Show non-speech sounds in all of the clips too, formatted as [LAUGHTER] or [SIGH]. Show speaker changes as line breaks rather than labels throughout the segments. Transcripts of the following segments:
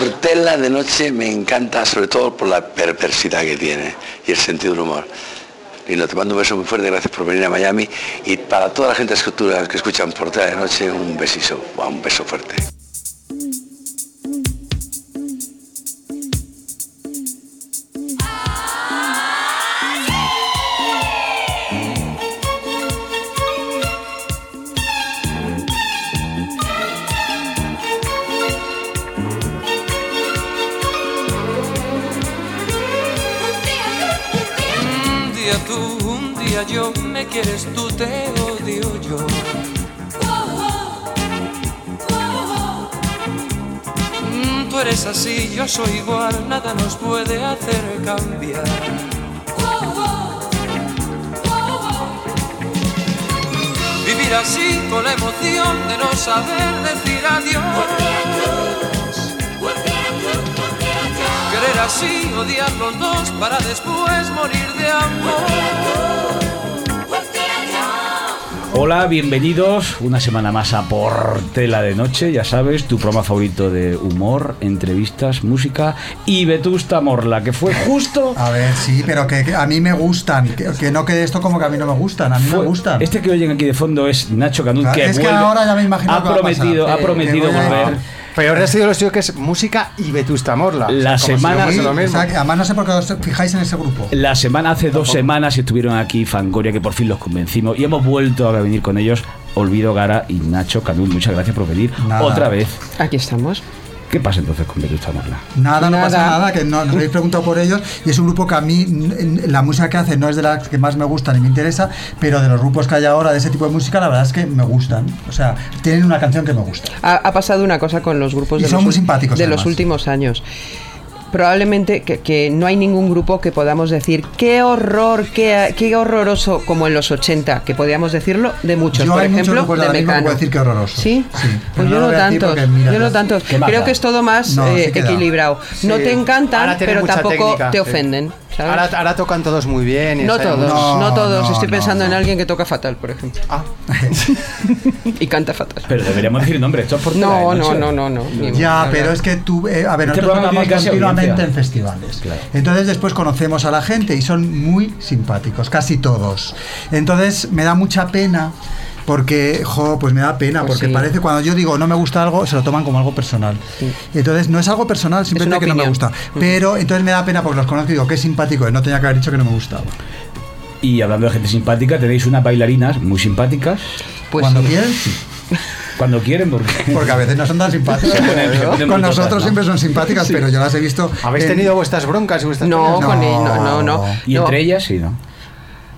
Portela de noche me encanta, sobre todo por la perversidad que tiene y el sentido del humor. Lindo, te mando un beso muy fuerte, gracias por venir a Miami y para toda la gente escultura que escuchan Portela de noche, un besizo, un beso fuerte.
Un día tú, un día yo, me quieres tú, te odio yo. Mm, Tú eres así, yo soy igual, nada nos puede hacer cambiar. Vivir así con la emoción de no saber decir adiós. Querer así, odiar los dos para después morir de amor.
Hola, bienvenidos una semana más a Portela de Noche, ya sabes, tu programa favorito de humor, entrevistas, música y Vetusta Morla, que fue justo...
A ver, sí, pero que, que a mí me gustan. Que, que no quede esto como que a mí no me gustan. A mí me
fue-
gustan.
Este que oyen aquí de fondo es Nacho Canut,
Claro,
que
es que
vuelve-
ahora ya me imagino
ha
lo que va a pasar.
prometido, ha
Eh,
prometido
que voy a-
volver.
Pero ahora ha sido lo suyo que es música y Vetusta Morla.
La
Como si
semana-
fuese lo
Sí,
mismo.
o sea, que además no sé por qué os fijáis en ese grupo.
La semana, hace dos semanas estuvieron aquí Fangoria, que por fin los convencimos y hemos vuelto a venir con ellos. Olvido Gara y Nacho Canut, muchas gracias por venir
Nada.
otra vez.
Aquí estamos.
¿Qué pasa entonces con Vetusta Morla?
Nada, no
Nada.
pasa nada, que no, nos habéis preguntado por ellos y es un grupo que a mí n- n- la música que hacen no es de las que más me gusta ni me interesa, pero de los grupos que hay ahora de ese tipo de música la verdad es que me gustan. O sea, tienen una canción que me gusta.
Ha, ha pasado una cosa con los grupos
Y
de,
son
los,
muy
ul-
simpáticos,
de
además.
los últimos años. Probablemente que, que no hay ningún grupo que podamos decir qué horror, qué, qué horroroso, como en los 80, que podíamos decirlo de muchos.
Yo
por
hay muchos
ejemplo,
grupos de
de
ahora mismo que
Mecano.
puedo decir que horroroso.
Sí,
Sí, pero
pues
no
yo
lo
no
voy a decir
tantos.
porque, mira,
yo no
las-
tantos.
¿Qué más
Creo
da?
que es todo más
No,
eh,
sí que da.
equilibrado. No
Sí.
te
Ahora
encantan,
tienen
pero
mucha
tampoco
técnica,
te
sí.
ofenden. ¿sabes?
Ahora, ahora tocan todos muy bien. y
no
ensayan
todos,
mucho.
no,
No,
todos.
no,
Estoy
no,
pensando en
no.
alguien que toca fatal, por ejemplo,
Ah,
[LAUGHS] y canta fatal.
Pero deberíamos decir nombre, esto es Portela ¿eh?
No,
de
no,
Noche.
no, no, no. ni-
Ya, pero es que tú, eh, a ver,
Este
nosotros
programa
tocamos
tiene casi
continuamente
audiencia.
en festivales.
Claro.
Entonces después conocemos a la gente y son muy simpáticos, casi todos. Entonces me da mucha pena porque, jo, pues me da pena,
Pues
porque
sí.
parece cuando yo digo no me gusta algo, se lo toman como algo personal. Entonces no es algo personal, simplemente
una
que no me
opinión.
gusta. Pero entonces me da pena porque los conozco y digo, qué simpático, es, no tenía que haber dicho que no me gustaba.
Y hablando de gente simpática, tenéis unas bailarinas muy simpáticas.
Pues
cuando
sí.
quieren, sí.
[LAUGHS] Cuando quieren, porque.
[LAUGHS] Porque a veces no son tan simpáticas.
Se ponen- se ponen
Con
brutotas,
nosotros
¿no?
siempre son simpáticas, pero yo las he visto.
¿Habéis
en-
tenido vuestras broncas y vuestras
No,
peleas?
con
No.
él, no, no, no.
Y
No,
entre ellas, sí, ¿no?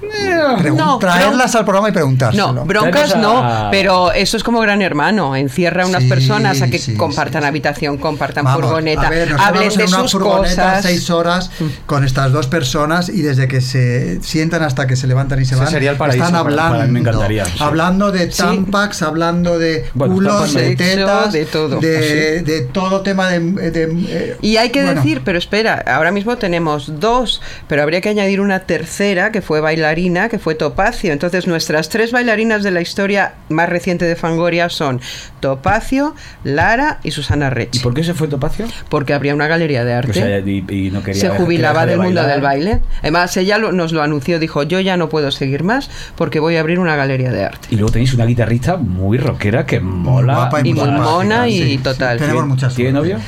Pregun-
No,
traerlas al programa y preguntárselo.
No, broncas
Tenemos a-
no, pero eso es como gran hermano. Encierra a unas
Sí,
personas a que
sí,
compartan
sí, sí.
habitación, compartan
Vamos,
furgoneta,
a ver, nos vamos
hablen
en
de
una
sus
furgoneta
cosas. Mm.
seis horas con estas dos personas y desde que se sientan hasta que se levantan y se
Ese
van,
sería el paraíso
están
para- para
hablando.
mí me encantaría, sí.
Hablando de tampax, hablando de
Bueno,
culos,
tampax no.
de
Sexo,
tetas,
de todo. ¿Ah,
de, de todo tema de... de- eh,
Y hay que
bueno,
decir, pero espera, ahora mismo tenemos dos, pero habría que añadir una tercera que fue bailarina, que fue Topacio. Entonces, nuestras tres bailarinas de la historia más reciente de Fangoria son Topacio, Lara y Susana
¿Y
Rechi.
por qué se fue Topacio?
Porque habría una galería de arte.
O sea, y, Pues, eh, y no quería.
se
dejar-
jubilaba
quería dejar de
del mundo
bailar.
del baile. Además, ella lo- nos lo anunció, dijo, yo ya no puedo seguir más porque voy a abrir una galería de arte.
Y luego tenéis una guitarrista muy rockera que mola.
guapa
y
muy
muy
simpática,
mona y
sí, sí.
total.
Tenemos
¿Tiene-
muchas
¿Tiene novio?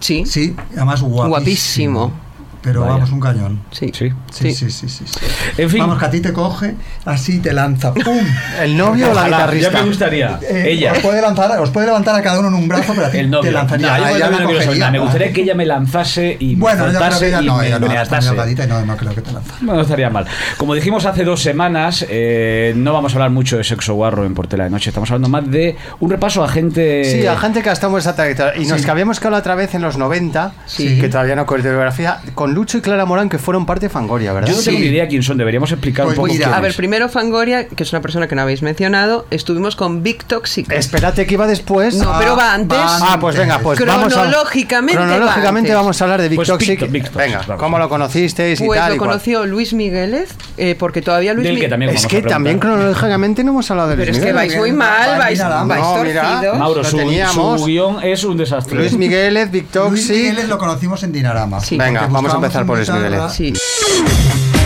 Sí, sí,
Sí, además guapísimo.
Guapísimo.
Pero
Vaya.
vamos, un cañón.
sí.
Sí.
Sí, sí,
Sí.
sí, sí. sí.
En fin.
Vamos, que a ti te coge, así te lanza, ¡pum!
[LAUGHS] ¿El novio o la
Ojalá,
guitarrista?
Ya me gustaría.
Eh,
ella.
Os puede, lanzar, os puede levantar a cada uno en un brazo, pero a ti
El
te
novio.
lanzaría.
No, yo
a
con
ella
el novio
la
no quiero
cogería,
sonar. Me
¿no?
gustaría que ella me lanzase y me
Bueno, yo creo que
soltase
ella
y
no,
me,
ella no,
me
está muy
atase.
ahogadita y no, no creo que te lanza.
No estaría mal. Como dijimos hace dos semanas, eh, no vamos a hablar mucho de sexo guarro en Portela de Noche. Estamos hablando más de un repaso a gente.
Sí, a gente que gastamos esa trayectoria. Y nos que habíamos quedado la otra vez en los 90,
Sí.
que todavía no coreografía, con con Lucho y Clara Morán, que fueron parte de Fangoria, ¿verdad?
Yo no tengo
Sí.
ni idea quién son, deberíamos explicar un
Pues
poco
mira,
quién
a
A ver,
es.
primero Fangoria, que es una persona que no habéis mencionado, estuvimos con Big Toxic.
Espérate que iba después.
No, pero va antes.
Ah, pues venga, pues vamos a-
Cronológicamente va
Cronológicamente
antes.
vamos a hablar de Big
Pues
Toxic.
Big- Big Toxic,
venga,
vamos.
¿cómo lo conocisteis y
Pues
tal?
lo
y cual?
conoció Luis Migueles, eh, porque todavía Luis
Del que
Miguel-
también
Es
vamos
que
a preguntar.
también cronológicamente no hemos hablado de
Pero
Luis
es que
Miguel.
vais muy mal,
Vale,
vais,
mira,
vais
no, mira.
torcidos.
Mauro,
lo
su,
teníamos.
su guión es un desastre.
Luis Migueles, Big
Luis
Toxic.
Migueles lo conocimos en Dinarama.
Sí.
Porque
Venga, vamos
buscábamos
a empezar
un
por Luis
guitarra-
Migueles.
Sí.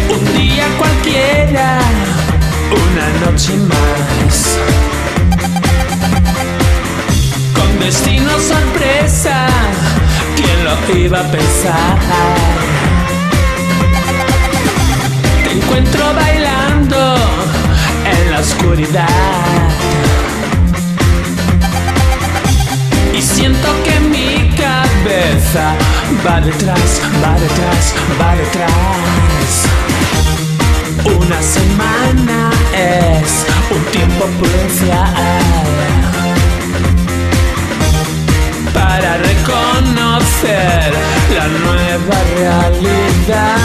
Un día cualquiera, una noche más. Con destino sorpresa, ¿quién lo iba a pensar? Te encuentro bailando en la oscuridad. Y siento que mi cabeza va detrás, va detrás, va detrás. Una semana es un tiempo prudencial para reconocer la nueva realidad.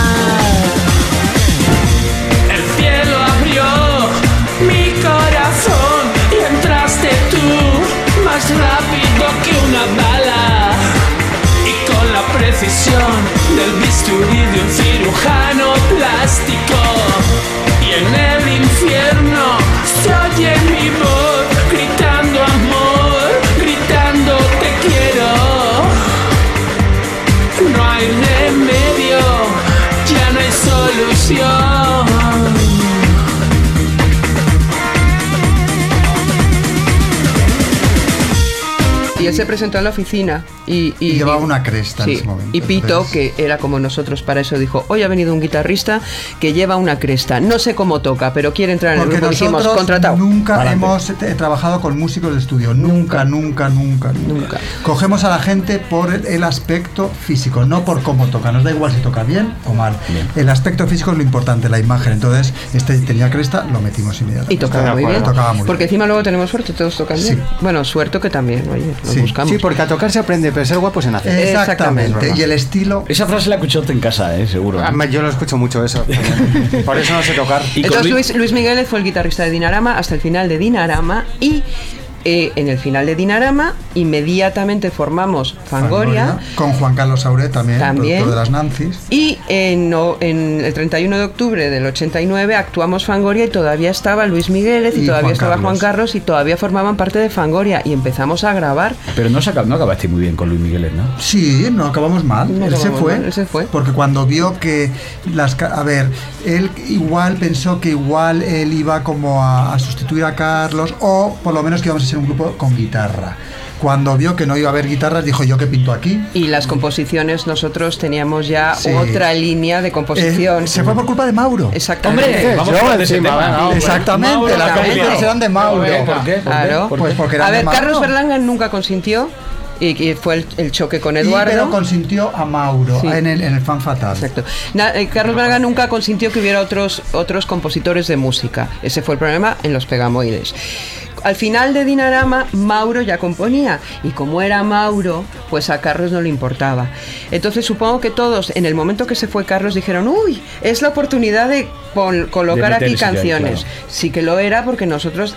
El cielo abrió mi corazón y entraste tú más rápido que una bala. Y con la precisión del bisturí de un cirujano plástico. Y en el infierno se oye mi voz gritando amor, gritando te quiero. No hay remedio, ya no hay solución.
Y él se presentó en la oficina y, y-
Y llevaba una cresta en
Sí,
ese momento,
Y Pito,
entonces-
que era como nosotros para eso, dijo, hoy ha venido un guitarrista que lleva una cresta. No sé cómo toca, pero quiere entrar en el
Porque
grupo. Dijimos,
nosotros
contratado.
nunca
Pa'lante.
hemos eh, trabajado con músicos de estudio. Nunca, nunca, nunca, nunca,
Nunca.
Cogemos a la gente por el- el aspecto físico, no por cómo toca. Nos da igual si toca bien o mal. El aspecto físico es lo importante, la imagen. Entonces, este tenía cresta, lo metimos inmediatamente.
Y tocaba
Estoy de
muy bien.
acuerdo.
Tocaba muy
porque
bien.
encima luego tenemos suerte, todos tocan
Sí.
bien. Bueno, suerte que también, oye, lo
Sí.
buscamos.
Sí, porque a tocar se aprende, pero ser guapo se nace.
Exactamente.
Exactamente.
Y el estilo.
Esa frase la escuchaste en casa, eh, seguro.
Ah, Yo lo escucho mucho eso.
[LAUGHS]
Por eso no sé tocar.
Y con
Entonces
Luis-
Luis, Luis Miguel fue el guitarrista de Dinarama hasta el final de Dinarama y eh, en el final de Dinarama inmediatamente formamos Fangoria.
Con Juan Carlos Auret también,
También.
¿eh? productor de las Nancy's.
Y en, o- en el 31 de octubre del 89 actuamos Fangoria y todavía estaba Luis Migueles y,
Y
todavía
Juan
estaba Juan
Carlos.
Carlos y todavía formaban parte de Fangoria y empezamos a grabar.
Pero no, saca- no acabaste muy bien con Luis Migueles, ¿no?
Sí, no acabamos mal.
No
él se
acabamos
fue.
mal, él se fue.
Porque cuando vio que las. ca- A ver, él igual pensó que igual él iba como a, a sustituir a Carlos o por lo menos que íbamos a ser un grupo con guitarra. Cuando vio que no iba a haber guitarras, dijo yo que pinto aquí.
Y las composiciones nosotros teníamos ya
Mm. Sí.
otra línea de composición.
Eh, se fue por culpa de Mauro.
Exactamente.
Hombre,
vamos
yo
a hablar de
encima,
ese tema.
venga, hombre.
¿eh? Exactamente,
Mauro,
las
Carlos.
canciones
eran de Mauro.
Pero, ¿Por qué? ¿Por qué?
Claro.
¿Por qué?
Pues porque era
A
de
ver,
Mauro.
Carlos Berlanga nunca consintió y, y fue el, el choque con Eduardo.
Y, pero consintió a Mauro
Sí.
en, el, en el fan fatal.
Exacto. Na- eh, Carlos Braga nunca consintió que hubiera otros, otros compositores de música. Ese fue el problema en los pegamoides. Al final de Dinarama, Mauro ya componía. Y como era Mauro, pues a Carlos no le importaba. Entonces supongo que todos, en el momento que se fue Carlos, dijeron, uy, es la oportunidad de pon- colocar
De
aquí
meterse ya,
canciones.
claro.
Sí que lo era porque nosotros...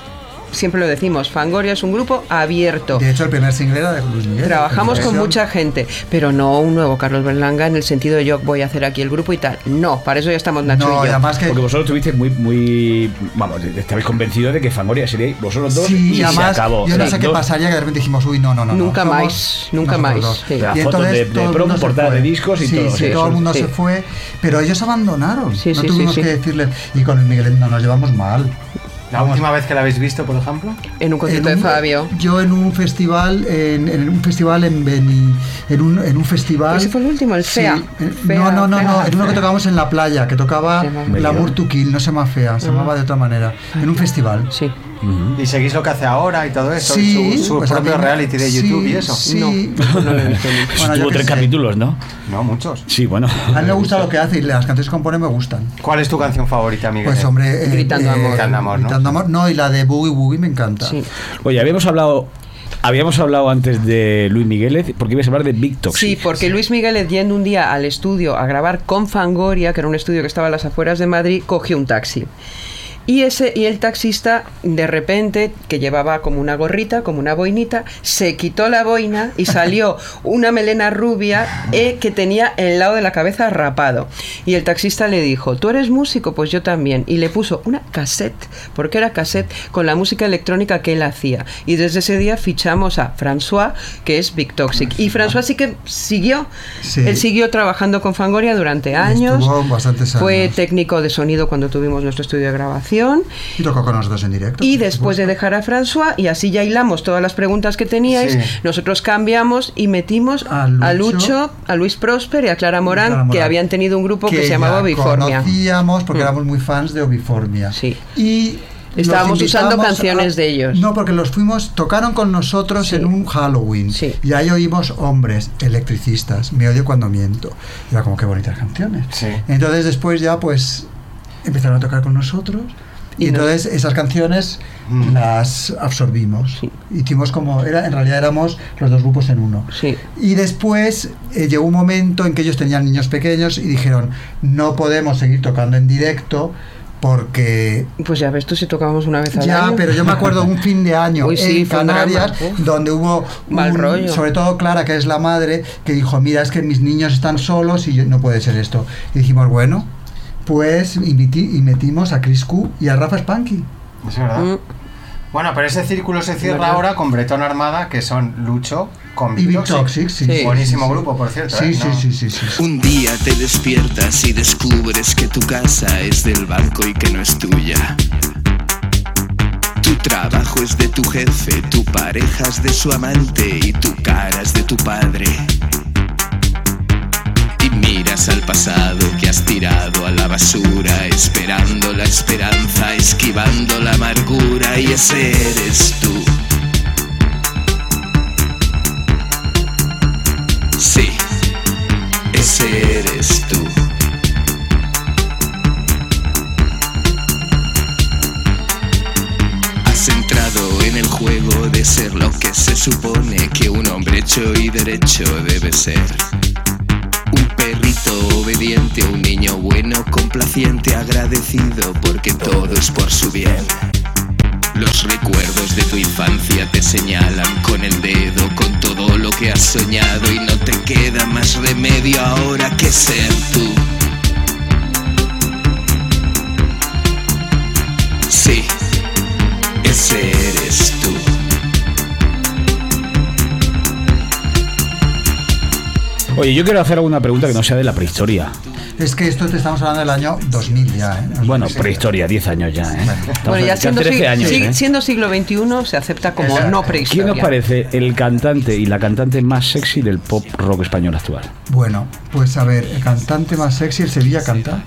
Siempre lo decimos, Fangoria es un grupo abierto.
De hecho, el primer single era de Luis Miguel.
Trabajamos con
Confesión.
mucha gente, pero no un nuevo Carlos Berlanga en el sentido de yo voy a hacer aquí el grupo y tal. No, para eso ya estamos Nacho y
No, y
yo.
además que.
Porque vosotros estuvisteis muy, muy. Vamos, estabais convencidos de que Fangoria seríais vosotros dos
Sí, y
y
además,
se acabó.
yo no
Sí,
sé qué
dos-
pasaría, que de repente dijimos, uy, no, no, no. no,
Nunca
somos
más, nunca
nosotros
más,
dos".
sí.
Y
Las
fotos
entonces
de- de
todo el
promo,
mundo se
portada de
fue.
discos y
Sí,
todo,
sí,
sí,
todo el
eso,
mundo
sí.
se fue, pero ellos abandonaron.
Sí,
no
sí,
tuvimos
sí, sí.
que decirles, y con el Miguelín no nos llevamos mal.
La última vez que la habéis visto, por ejemplo.
En un concierto
En
de
un-
Fabio.
Yo en un festival, en, en un festival en Beni, en un, en un festival.
Ese fue el último, el
Sí,
Fea.
eh,
Fea,
no, no, no,
Fea.
no, en uno que tocábamos en la playa, que tocaba
Se llama-
Glamour to Kill, no se llama Fea, se llamaba de otra manera, en un festival.
Sí.
Y seguís lo que hace ahora y todo eso.
Sí,
su su
pues a
propio
mí-
reality de
sí,
YouTube y eso.
Sí, Bueno, yo
Tuvo
qué
tres
sé.
capítulos, ¿no?
No, muchos.
Sí, bueno.
A mí me gusta lo que hace y las canciones que compone me gustan.
¿Cuál es tu canción favorita, Miguel?
Pues hombre,
Gritando amor.
Gritando amor, ¿no?
Gritando amor, no, y la de Boogie Boogie me encanta.
Sí.
Oye, habíamos hablado Habíamos hablado antes de Luis Migueles, porque ibas a hablar de Big Toxic.
Sí, porque Luis Miguel yendo un día al estudio a grabar con Fangoria, que era un estudio que estaba a las afueras de Madrid, cogió un taxi. Y, ese, y el taxista, de repente, que llevaba como una gorrita, como una boinita, se quitó la boina
[LAUGHS]
y salió una melena rubia eh, que tenía el lado de la cabeza rapado. Y el taxista le dijo, ¿tú eres músico? Pues yo también. Y le puso una cassette, porque era cassette, con la música electrónica que él hacía. Y desde ese día fichamos a François, que es Big Toxic. Y François sí que siguió.
Sí.
Él siguió trabajando con Fangoria durante años.
Estuvo bastantes
Fue
años.
técnico de sonido cuando tuvimos nuestro estudio de grabación.
Y tocó con nosotros en directo.
Y
por
después de
supuesto.
dejar a François, y así ya hilamos todas las preguntas que teníais,
Sí.
nosotros cambiamos y metimos
A
a
Lucho.
Lucho, a, Luis Prosper y a Clara Morán,
Clara Morán.
que habían tenido un grupo que,
ya
se llamaba Biformia.
conocíamos porque
Mm.
éramos muy fans de Obiformia.
Sí.
Y los
Estábamos usando
invitamos
canciones de ellos.
No, porque los fuimos, tocaron con nosotros
Sí.
en un Halloween.
Sí.
Y ahí oímos hombres electricistas. Me odio cuando miento. Y era como qué bonitas canciones.
Sí.
Entonces después ya pues empezaron a tocar con nosotros. Y,
Y nos-
entonces esas canciones
Mm.
las absorbimos.
Sí.
Hicimos como, era, en realidad éramos los dos grupos en uno.
Sí.
Y después eh, llegó un momento en que ellos tenían niños pequeños y dijeron, no podemos seguir tocando en directo porque...
Pues ya ves tú si tocábamos una vez al
Ya,
año.
pero yo me acuerdo un fin de
[LAUGHS]
año
Uy, sí,
en
fue un
Canarias
drama, uf.
donde hubo
Mal
un-
rollo.
sobre todo Clara, que es la madre, que dijo, mira, es que mis niños están solos y yo- no puede ser esto. Y dijimos, bueno, pues inviti- y metimos a Chris Q y a Rafa Spanky.
Es verdad.
Mm.
Bueno, pero ese círculo se cierra
¿Verdad?
ahora con Bretón Armada, que son Lucho con
Y
Big
Big
Toxic.
Toxic, sí.
Sí.
sí,
Buenísimo
sí, sí.
grupo, por cierto.
Sí,
¿eh?
sí,
No.
sí, sí, sí, sí.
Un día te despiertas y descubres que tu casa es del banco y que no es tuya. Tu trabajo es de tu jefe, tu pareja es de su amante y tu cara es de tu padre. Y miras al pasado que has tirado a la basura, esperando la esperanza, esquivando la amargura y ese eres tú. Sí, ese eres tú. Has entrado en el juego de ser lo que se supone que un hombre hecho y derecho debe ser. Un perrito obediente, un niño bueno, complaciente, agradecido porque todo es por su bien. Los recuerdos de tu infancia te señalan con el dedo, con todo lo que has soñado y no te queda más remedio ahora que ser tú. Sí, ese eres tú.
Oye, yo quiero hacer alguna pregunta que no sea de la prehistoria.
Es que esto te estamos hablando del año 2000 ya, ¿eh?
Bueno,
Sí.
prehistoria, 10 años ya, ¿eh? Estamos
Bueno, ya
hablando-
siendo,
13
sig-
años,
sig-
¿eh?
siendo siglo XXI se acepta como
Exacto.
no
¿Quién
prehistoria.
os parece el cantante y la cantante más sexy del pop rock español actual?
Bueno, pues a ver, el cantante más sexy, el Sevilla canta.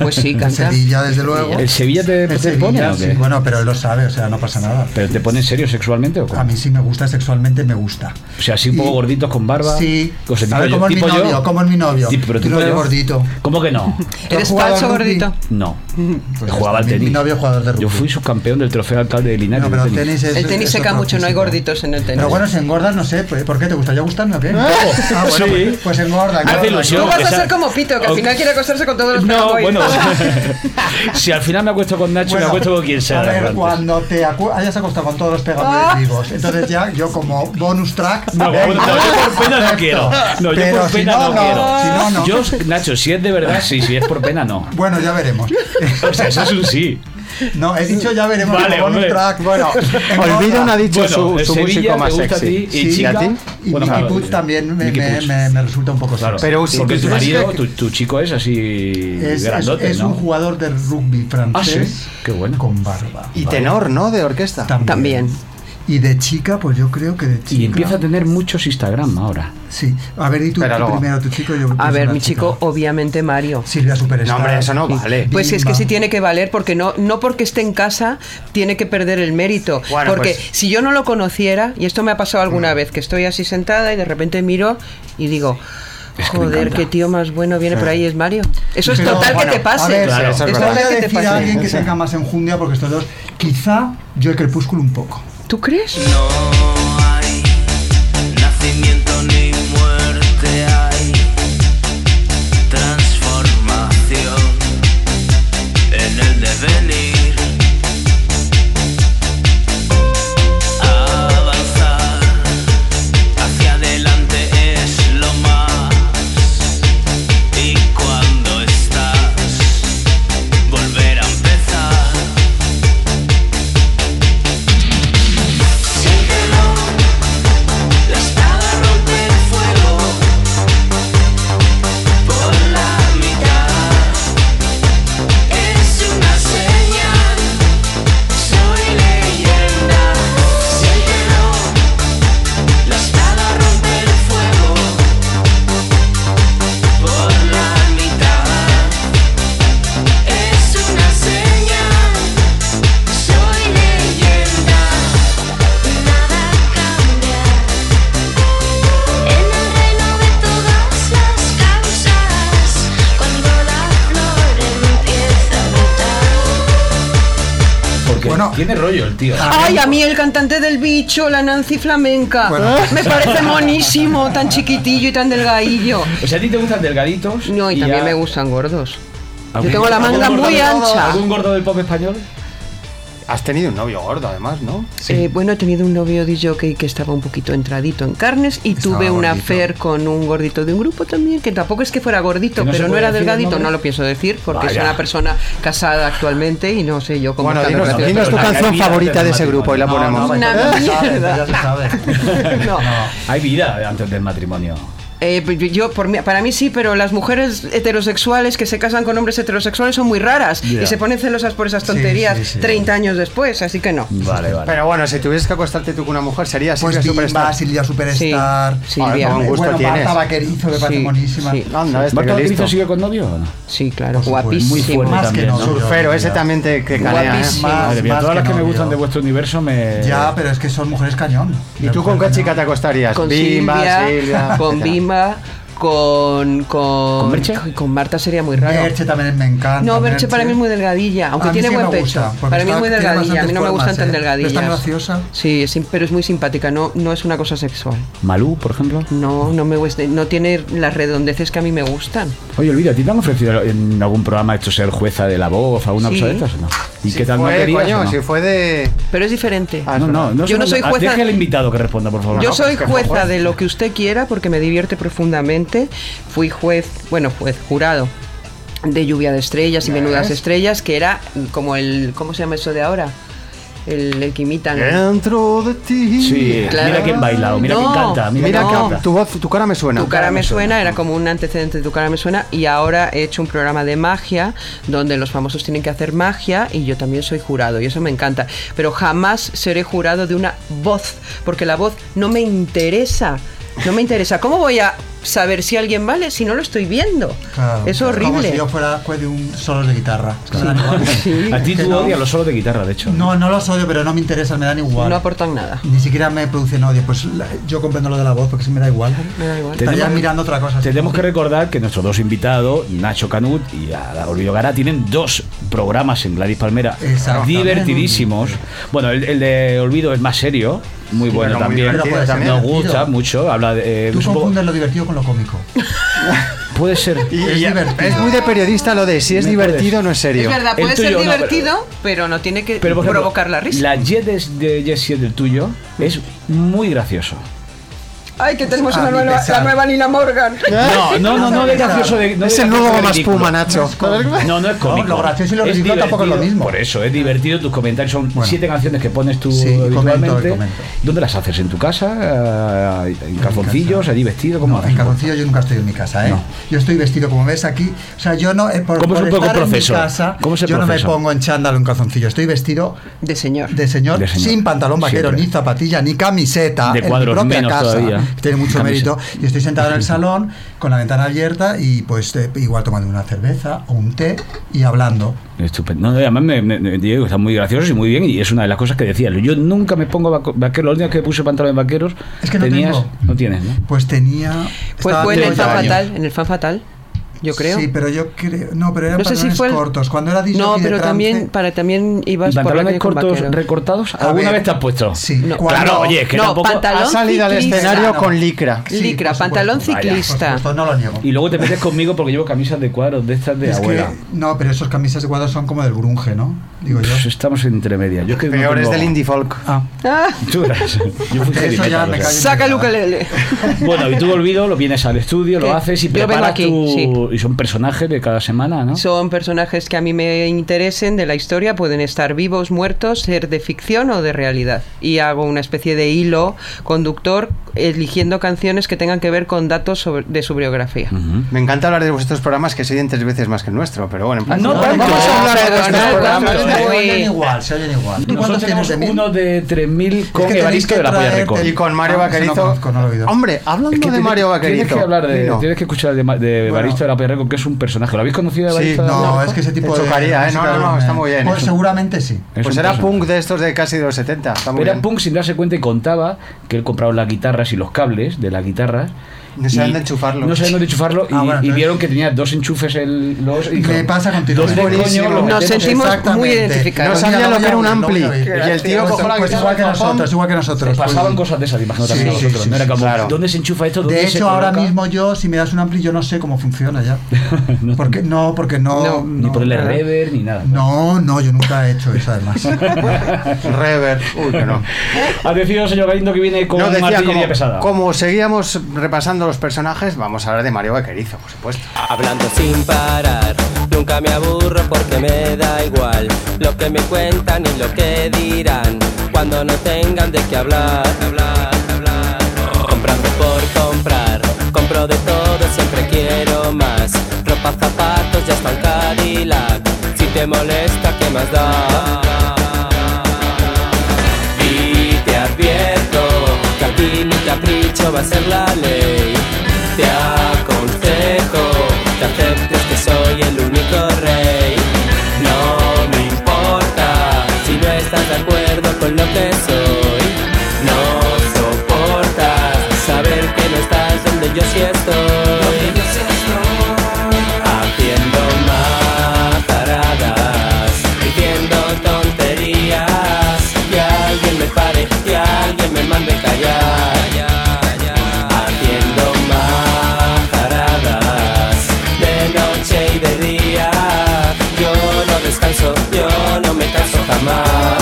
Pues sí, canta.
Sevilla, desde luego.
¿El Sevilla te, te
Sevilla,
pone o
sí,
qué?
Bueno, pero él lo sabe, o sea, no pasa nada.
¿Pero te pone en serio sexualmente o cómo?
A mí sí me gusta, sexualmente me gusta.
O sea, así un poco
Y-
gorditos con barba.
Sí.
O sea,
a ver,
tipo
¿cómo
yo-
es mi
tipo yo.
novio? ¿Cómo es mi novio?
Tipo- pero
Tú
tipo
no eres
yo.
gordito.
¿Cómo que no?
¿Tú has
¿Eres
jugado
falso
al rugby?
[LAUGHS]
gordito?
No.
Pues ya
jugaba al
está, mi-
tenis.
Mi novio jugador de rugby.
Yo fui subcampeón del trofeo alcalde de Linares.
No,
de
pero el
tenis.
tenis es-
El tenis
es
seca
otro
mucho, no hay
físico.
gorditos en el tenis.
Pero bueno, si engordas, no sé, pues, ¿por qué te gusta? ¿Ya gustarme
[LAUGHS]
o qué? Ah, bueno,
Sí.
pues, pues engorda.
Hace
engorda.
ilusión.
Tú vas
que
a
sea-
ser como Pito, que
o-
al final quiere acostarse con todos los
No,
fanboys.
bueno.
[LAUGHS]
[LAUGHS] si al final me acuesto con Nacho,
Bueno,
me acuesto con quien sea.
A ver,
antes.
cuando te acu- hayas acostado con todos los pegadores
Ah.
vivos, entonces ya yo como bonus track.
No,
venga,
bueno, no, yo por pena no
perfecto.
quiero. No, yo
Pero
por
si
pena
no,
no, quiero.
Si no, no.
Yo, Nacho, si es de verdad, sí, si es por pena, no.
Bueno, ya veremos.
[LAUGHS] O sea, eso es un sí.
No, he dicho ya veremos
Vale,
como bonus
hombre.
track.
[LAUGHS]
Bueno,
Olvido no ha dicho
Bueno,
su,
el
su
Sevilla
músico
te
más
gusta a
sexy.
ti
Y,
Sí,
Chica,
a ti.
y
Bueno,
Mickey
claro.
Puig también me,
Mickey
me-
Puig.
me- me resulta un poco
Claro.
sexy.
Pues Pero sí,
porque
sí,
tu
sí.
marido, tu, tu chico es así
Es, es-
grandote,
es
¿no?
un jugador de rugby francés
Ah, sí. Qué bueno.
con barba.
Y tenor, ¿no? De orquesta.
También.
Y de chica, pues yo creo que de chica.
Y empieza a tener muchos Instagram ahora.
Sí. A ver, y tú,
Espera,
tú
luego.
primero, tu chico. Yo
A
pienso
ver,
la
mi
chica.
chico, obviamente Mario.
Silvia Superstar.
No, hombre, eso no vale.
Pues es que
Bimba.
sí tiene que valer, porque no, no porque esté en casa tiene que perder el mérito.
Bueno,
porque
pues-
si yo no lo conociera, y esto me ha pasado alguna vez, que estoy así sentada y de repente miro y digo.
Es que me
Joder,
encanta".
qué tío más bueno viene por ahí, es Mario. Eso es
Pero,
total
bueno,
que te
A
pase.
ver,
Claro,
es
eso es
voy a
verdad.
que te
decir a
pase.
alguien que tenga más enjundia porque estos dos, quizá yo el crepúsculo un poco.
¿Tú crees?
No hay
Tiene rollo el tío.
Ah,
Ay, a mí el cantante del bicho, la Nancy Flamenca.
Bueno.
Me parece monísimo, tan chiquitillo y tan delgadillo.
O sea, a ti te gustan delgaditos.
No, y Mm, también
ya-
me gustan gordos. Yo
¿Algún-
tengo la
algún
manga
gordo
muy
del-
ancha.
¿Algún gordo del pop español?
Has tenido un novio gordo, además, ¿no?
Eh, bueno, he tenido un novio de jockey que estaba un poquito entradito en carnes y
Estaba
tuve una
gordito.
affair con un gordito de un grupo también, que tampoco es que fuera gordito,
¿Que no se
pero no
puede
era
decir el
delgadito,
nombre?
no lo pienso decir porque
Vaya.
es una persona casada actualmente y no sé yo cómo
Bueno,
está mi
dinos,
pero-
relación.
dinos tu
pero-
canción
pero-
favorita de ese
pero-
grupo y la
No,
ponemos.
no, Una
¿Eh?
mierda.
Ya se sabe, ya se sabe.
[LAUGHS]
No.
Hay vida antes del matrimonio.
Eh, pues yo- yo, por mí- para mí sí, pero las mujeres heterosexuales que se casan con hombres heterosexuales son muy raras y se ponen celosas por esas tonterías
sí, sí.
30 años después, así que no.
Vale, vale.
Pero bueno, si tuvieras que acostarte tú con una mujer, sería
Pues
Silvia
Bimba,
Superstar.
Silvia Superstar.
Sí, Silvia.
Con gusto
bueno,
tienes.
Marta Vaquerizo me parece
Sí,
monísima.
sí.
Anda, este
¿Marta
que
Baquerizo
listo.
sigue con novio o no?
Sí, claro,
Por supuesto,
guapísimo.
Muy fuerte
Más que
también,
no,
¿no?
surf.
Surfero, ese también te, te canea, ¿eh?
Guapísimo.
Más,
Madre mía,
más
todas las que me
novio.
gustan de vuestro universo me...
Ya, Ah, pero es que son mujeres cañón.
¿Y tú con qué chica te acostarías?
con
Bimba,
Silvia,
Silvia,
[LAUGHS] con
etcétera.
Bimba, con con
¿Con Merche?
con- con Marta sería muy raro.
Merche también me encanta.
no, Merche para mí es muy delgadilla, aunque
A mí
tiene
sí
buen
me
pecho.
gusta, porque
para mí es
está-
muy
tiene
delgadilla, a mí
bastantes
no me
formas,
gustan tan
¿eh?
delgadillas.
Pero es tan graciosa.
Sí, es sim- pero es muy simpática, no no es una cosa sexual.
Malú, por ejemplo.
No, no me gusta- no tiene las redondeces que a mí me gustan.
Oye, Olvida, ¿a ti te han ofrecido en algún programa esto ser jueza de la voz, alguna
Sí.
cosa de estas o no? ¿Y
Si
qué tal no
fue,
querías
coño,
o no?
si fue de...
Pero es diferente.
Ah,
no, no, no,
Yo no
sé-
soy
ah,
jueza.
Deja al invitado que responda, por favor.
Yo
No,
soy
es que
jueza
juez.
de lo que usted quiera porque me divierte profundamente. Fui juez, bueno, juez jurado de Lluvia de Estrellas y Menudas Estrellas, que era como el, ¿cómo se llama eso de ahora? El, el que imitan.
Dentro de ti.
Sí,
Claro.
mira quién baila, o mira quién
No,
canta, mira,
Mira,
quién
que-
no.
canta.
tu voz, tu cara me suena.
Tu cara me suena, era como un antecedente de Tu cara me suena y ahora he hecho un programa de magia donde los famosos tienen que hacer magia y yo también soy jurado y eso me encanta, pero jamás seré jurado de una voz porque la voz no me interesa, no me interesa. ¿Cómo voy a saber si alguien vale si no lo estoy viendo?
Claro,
es
Como
horrible.
si yo fuera juez de un solos de guitarra. Es que me
[LAUGHS]
dan igual.
A ti
Es que
tú
no.
odias los solos de guitarra, de hecho.
No, no los odio, pero no me interesan, me dan igual.
No aportan nada.
Ni siquiera me producen odio. Pues la- yo comprendo lo de la voz porque sí me da igual.
Me da igual.
Estaría
Tenemos-
mirando otra cosa.
Tenemos que recordar que nuestros dos invitados, Nacho Canut y Olvido Gara, tienen dos programas en Gladys Palmera
Exactamente.
divertidísimos. Bueno, el, el de Olvido es más serio, muy bueno,
bueno, muy
también.
divertido
Nos
también.
gusta mucho, habla de... eh,
Tú
es un poco-
confundes lo divertido con lo cómico.
puede ser...
Y-
Es
y-
divertido.
es muy de periodista lo de si es
Me
divertido o no es
Es
serio.
verdad,
El
puede ser
tuyo no, pero-
divertido, pero... no tiene que
Pero por ejemplo,
provocar la risa.
La Jet es- de Jessie del tuyo es muy gracioso.
Ay, que tenemos
A
una
mi
nueva, la
pesar.
nueva Nina Morgan.
Ah, No, no,
[LAUGHS]
no, no de gracioso de. no
es
de
el nuevo
gracioso de
más
ridículo.
puma, Nacho.
No, no es cómico.
lo gracioso y lo
Es
ridículo tampoco es lo
divertido,
mismo.
Por eso, es divertido. Tus comentarios son siete canciones que pones tú
Sí, comento,
habitualmente.
comento.
¿Dónde las haces? ¿En tu casa? Eh, ¿En calzoncillos?
casa.
¿Allí vestido? ¿Cómo haces?
En calzoncillo yo nunca estoy en mi casa, ¿eh?
No.
Yo estoy vestido como ves aquí. O sea, yo no. eh, por,
¿Cómo es
por
un poco el
estar en mi
proceso?
casa,
¿Cómo es el
yo
proceso?
no me pongo en chándal o en calzoncillo. Estoy vestido
De señor.
de señor,
De señor.
sin pantalón vaquero,
Siempre.
ni zapatilla, ni camiseta.
De
en mi
cuadros
propia
menos
casa.
todavía.
Tiene mucho
Camiseta.
mérito. Y estoy sentado en el salón con la ventana abierta y pues eh, igual tomando una cerveza o un té y hablando.
Estupendo. No, no, además, me, me- me- Diego, está muy gracioso y muy bien. Y es una de las cosas que decía. Yo nunca me pongo vaco- vaqueros. La última vez que puse pantalones vaqueros.
Es que no
tenías,
tengo.
No tienes, ¿no?
Pues tenía.
Pues
estaba
fue en el
haciendo
fan
ya años.
fatal, en el fan fatal, yo creo.
Sí, pero yo creo. No, pero eran
No sé si
pantalones
fue el-
cortos. Cuando era disco
No,
y de
pero
trance-
también para también ibas
¿Y
por la
pantalones
calle con
cortos
vaqueros.
recortados?
A
¿Alguna
ver,
vez te has puesto?
Sí.
No.
cuando-
Claro, oye, es que
no,
tampoco.
Ha
pantalón
salido al
ciclista.
escenario
no.
con licra.
Sí,
Licra,
por supuesto.
pantalón
Vaya.
pues
ciclista.
Por supuesto, no lo niego.
Y luego te metes conmigo porque llevo camisas de cuadros de estas de
es
abuela.
que, no, pero esos camisas de cuadros son como del grunge, ¿no? Digo yo.
Pues estamos entre medias. Yo es que no
Peor es
tengo-
del indie folk.
Ah,
Ah,
Tú verás. Yo fui
Eso
heavy metal,
ya
o
me
sea.
callo.
saca el ukelele.
[LAUGHS] Bueno, y tú olvido, lo vienes al estudio,
¿Qué?
lo haces y
Yo vengo
preparas
aquí,
tu...
sí.
Y son personajes de cada semana, ¿no?
Son personajes que a mí me interesen de la historia, pueden estar vivos, muertos, ser de ficción o de realidad. Y hago una especie de hilo conductor eligiendo canciones que tengan que ver con datos sobre- de su biografía.
Ujú.
Me encanta hablar de vuestros programas que se oyen tres veces más que el nuestro, pero bueno, en plan-
No tanto.
vamos a hablar de
Pero
vuestros
no,
programas.
no,
¿eh?
se
Uy.
oyen igual, se oyen igual. ¿Tú
Nosotros
cuántos
tenemos
tienes de mí?
uno de 3.000 con
Es que
Evaristo
tenéis que
de la Polla
traerte-
Record.
Y con
Ah,
Mario
ese no
Vaquerizo.
conozco, no lo he oído.
Hombre, hablando
Es que
de
tiene-
Mario Vaquerizo.
Tienes que hablar de,
Dino,
tienes que escuchar el de, Ma- de Evaristo de la Polla Record, que es un personaje. ¿Lo habéis conocido,
Sí,
Evaristo? de la
no,
Polla
No,
Record?
es que ese tipo
Te
de.
chocaría, ¿eh? No,
música
no, no,
me-
está muy bien,
Pues
eso.
seguramente sí.
Es
Pues
un
era
personaje.
punk de estos de casi de los 70. Está muy
Era
bien.
punk sin darse cuenta y contaba que él compraba las guitarras y los cables de las guitarras
No sabían
y
dónde enchufarlo.
No sabían dónde enchufarlo y,
Ah, bueno,
y
entonces-
vieron que tenía dos enchufes el los y
Me pasa
¿Dónde
continuamente.
coño lo
Nos
metemos?
sentimos muy
Exactamente.
identificados.
No sabía
Mira,
lo que era un
voy a
ampli.
abrir,
Y
voy a abrir.
el tío
Pues-
cogió la
pues
guitarra,
igual que
pam, pam.
nosotros, igual que nosotros.
Pasaban
pues-
cosas de esas, imagino
Sí,
también a
sí,
vosotros.
sí,
no era
sí,
como,
claro.
¿dónde se enchufa esto? ¿Dónde
De
se
hecho, ahora
coloca?
mismo yo, si me das un ampli, yo no sé cómo funciona
[LAUGHS]
ya. Porque no, porque no.
No,
Ni
no.
ponerle reverb, ni nada.
No, no, yo nunca he hecho
[LAUGHS]
eso, además.
Rever. Uy, que [LAUGHS] no.
Ha decidido, señor Galindo, que viene con
No,
una
decía,
artillería
como,
pesada.
como seguíamos repasando los personajes, vamos a hablar de Mario Vaquerizo, por supuesto.
Hablando sin parar, nunca me aburro porque me da igual lo que me cuentan y lo que dirán cuando no tengan de qué hablar, hablar, hablar. Comprando por comprar, compro de todo, siempre quiero más. Ropa, zapatos y hasta un Cadillac. Si te molesta, ¿qué más da? Y te advierto que aquí mi capricho va a ser la ley. Te aconsejo que aceptes que soy el único rey. No me importa si no estás de acuerdo con lo que soy. No soportas saber que no estás donde yo sí estoy. Haciendo mazaradas, diciendo tonterías Que alguien me pare, que alguien me mande callar Haciendo mazaradas, de noche y de día Yo no descanso, yo no me canso jamás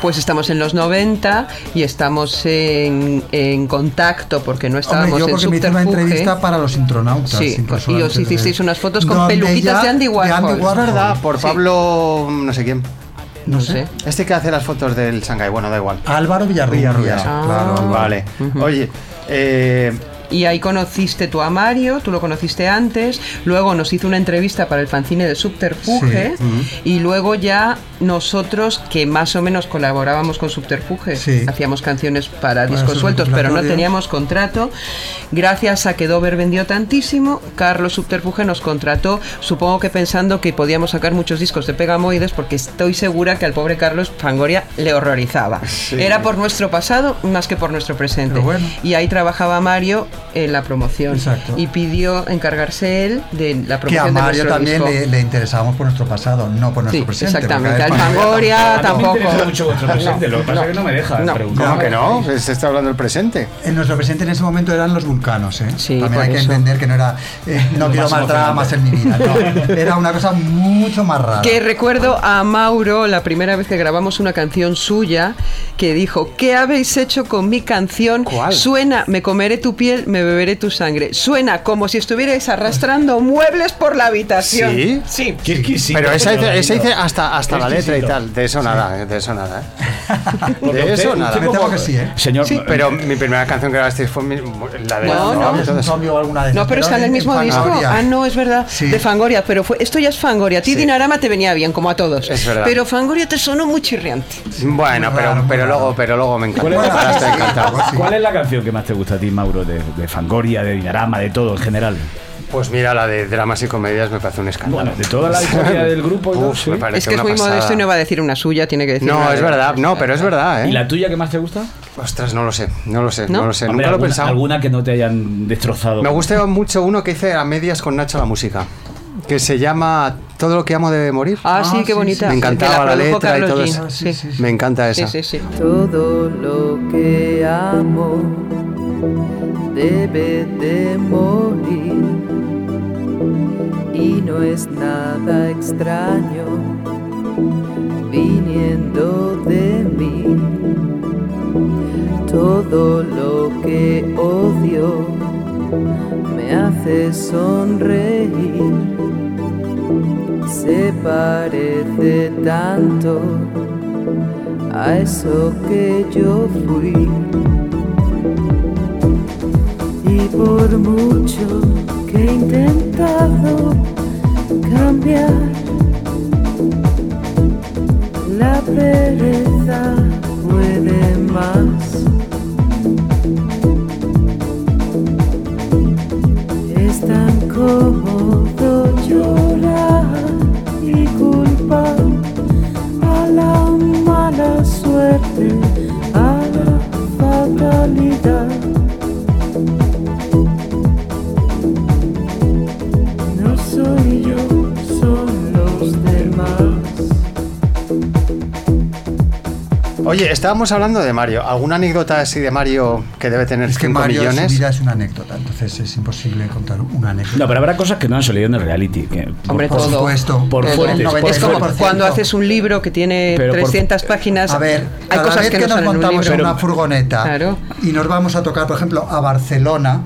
Pues estamos en los 90 y estamos en, en contacto porque no estábamos
Hombre, yo
en
porque me hice una
subterfuge.
entrevista para los intronautas.
Sí,
incluso
y os
antes
hicisteis unas fotos con
Donde
peluquitas
ya-
de Andy Warhol.
Es verdad, por
Sí.
Pablo, no sé quién.
No sé.
Este que hace las fotos del Shanghai, bueno, da igual.
Álvaro Villarrubia.
Villarrubia.
claro,
Ah.
Álvaro.
Vale. Oye, eh,
Y ahí conociste tú a Mario, tú lo conociste antes, luego nos hizo una entrevista para el fanzine de Subterfuge
Sí, Mm.
y luego ya nosotros que más o menos colaborábamos con Subterfuge,
Sí.
hacíamos canciones para
Para
discos
sus
sueltos, pero no
recopilatorios.
teníamos contrato. Gracias a que Dover vendió tantísimo, Carlos Subterfuge nos contrató, supongo que pensando que podíamos sacar muchos discos de Pegamoides porque estoy segura que al pobre Carlos Fangoria le horrorizaba. Era por nuestro pasado más que por nuestro presente.
Pero bueno.
Y ahí trabajaba Mario en la promoción.
Exacto.
Y pidió encargarse él de la
Que a
promoción de
Mario
nuestro
también
disco.
le, le interesábamos por nuestro pasado, no por nuestro
Sí,
presente.
exactamente.
porque
Al
además-
Fangoria
A mí me
tampoco.
interesa mucho vuestro presente, lo que pasa es que no me deja
No.
preguntar.
¿cómo que no? Pues Se- Se está hablando el presente.
eh, En nuestro presente en ese momento eran los vulcanos, ¿eh?
Sí,
También
por
hay que
eso.
entender que no era. eh, no
Lo
quiero
más
más dramas en mi vida. no.
[LAUGHS]
[LAUGHS]
Era una cosa mucho más rara.
Que recuerdo a Mauro la primera vez que grabamos una canción suya que dijo, ¿qué habéis hecho con mi canción?
¿Cuál?
Suena, me comeré tu piel, me beberé tu sangre. Suena como si estuvierais arrastrando muebles por la habitación.
¿Sí?
Sí.
Qué exquisito,
Pero esa
señor
hice, esa
Galindo.
hice hasta, hasta la letra y
Exquisito.
tal. De eso nada, de eso nada. ¿eh?
Porque
De
usted,
eso
un
nada.
chico
Me temo
por-
que sí, ¿eh?
Señor,
Sí, pero mi primera canción que grabasteis fue mi- la de
No,
la
no.
¿Habías
todo eso.
insomnio alguna vez?
No, pero está en el mismo disco.
Fangoria.
Ah, no, es verdad.
Sí.
De Fangoria, pero fue, esto ya es Fangoria. A ti Dinarama te venía bien, como a todos.
Es verdad.
Pero Fangoria te sonó muy chirriante.
Bueno,
Muy raro,
pero,
muy
pero
raro.
luego, pero luego me encantó.
¿Cuál es?
Ahora estoy encantado.
Algo así.
¿Cuál es la canción que más te gusta a ti, Mauro? De, de Fangoria, de Dinarama, de todo en general.
Pues mira, la de dramas y comedias me parece un escándalo.
Bueno, de toda
[LAUGHS]
la historia del grupo. y tal,
Uf,
sí.
me parece
es que es
una
muy
pasada.
modesto y no va a decir una suya, tiene que decir
No,
una de-
es verdad, no, pero es verdad, ¿eh?
¿Y la tuya que más te gusta?
Ostras, no lo sé, no lo sé, no,
¿No?
lo sé,
Hombre,
nunca lo he
alguna,
pensado.
Alguna que no te hayan destrozado.
Me gusta mucho uno que hice a medias con Nacho la música, que se llama Todo lo que amo debe morir.
Ah,
Ah,
sí,
sí,
qué bonita.
Me encantaba
Que
la
produjo
letra y
Carlos
todo
Jean.
eso.
Sí,
Sí,
sí,
sí,
Me encanta esa.
sí, sí.
Todo lo que amo debe de morir y no es nada extraño viniendo de mí. Todo lo que odio me hace sonreír. Se parece tanto a eso que yo fui. Y por mucho que he intentado cambiar, la pereza puede más. Es tan cómodo llorar y culpar a la mala suerte, a la
Oye, estábamos hablando de Mario. ¿Alguna anécdota así de Mario que debe tener
Es que
5
Mario
millones?
su vida es una anécdota, entonces es imposible contar una anécdota.
No, pero habrá cosas que no han salido en el reality. que-
Hombre,
por
todo.
supuesto.
Por
El
fuertes, por
es como
99%.
cuando haces un libro que tiene
Pero por-
300 páginas.
A ver,
hay
cada
cosas
vez
que,
que,
no
nos
salen en un
montamos en
libro.
una furgoneta
Claro.
y nos vamos a tocar, por ejemplo, a Barcelona,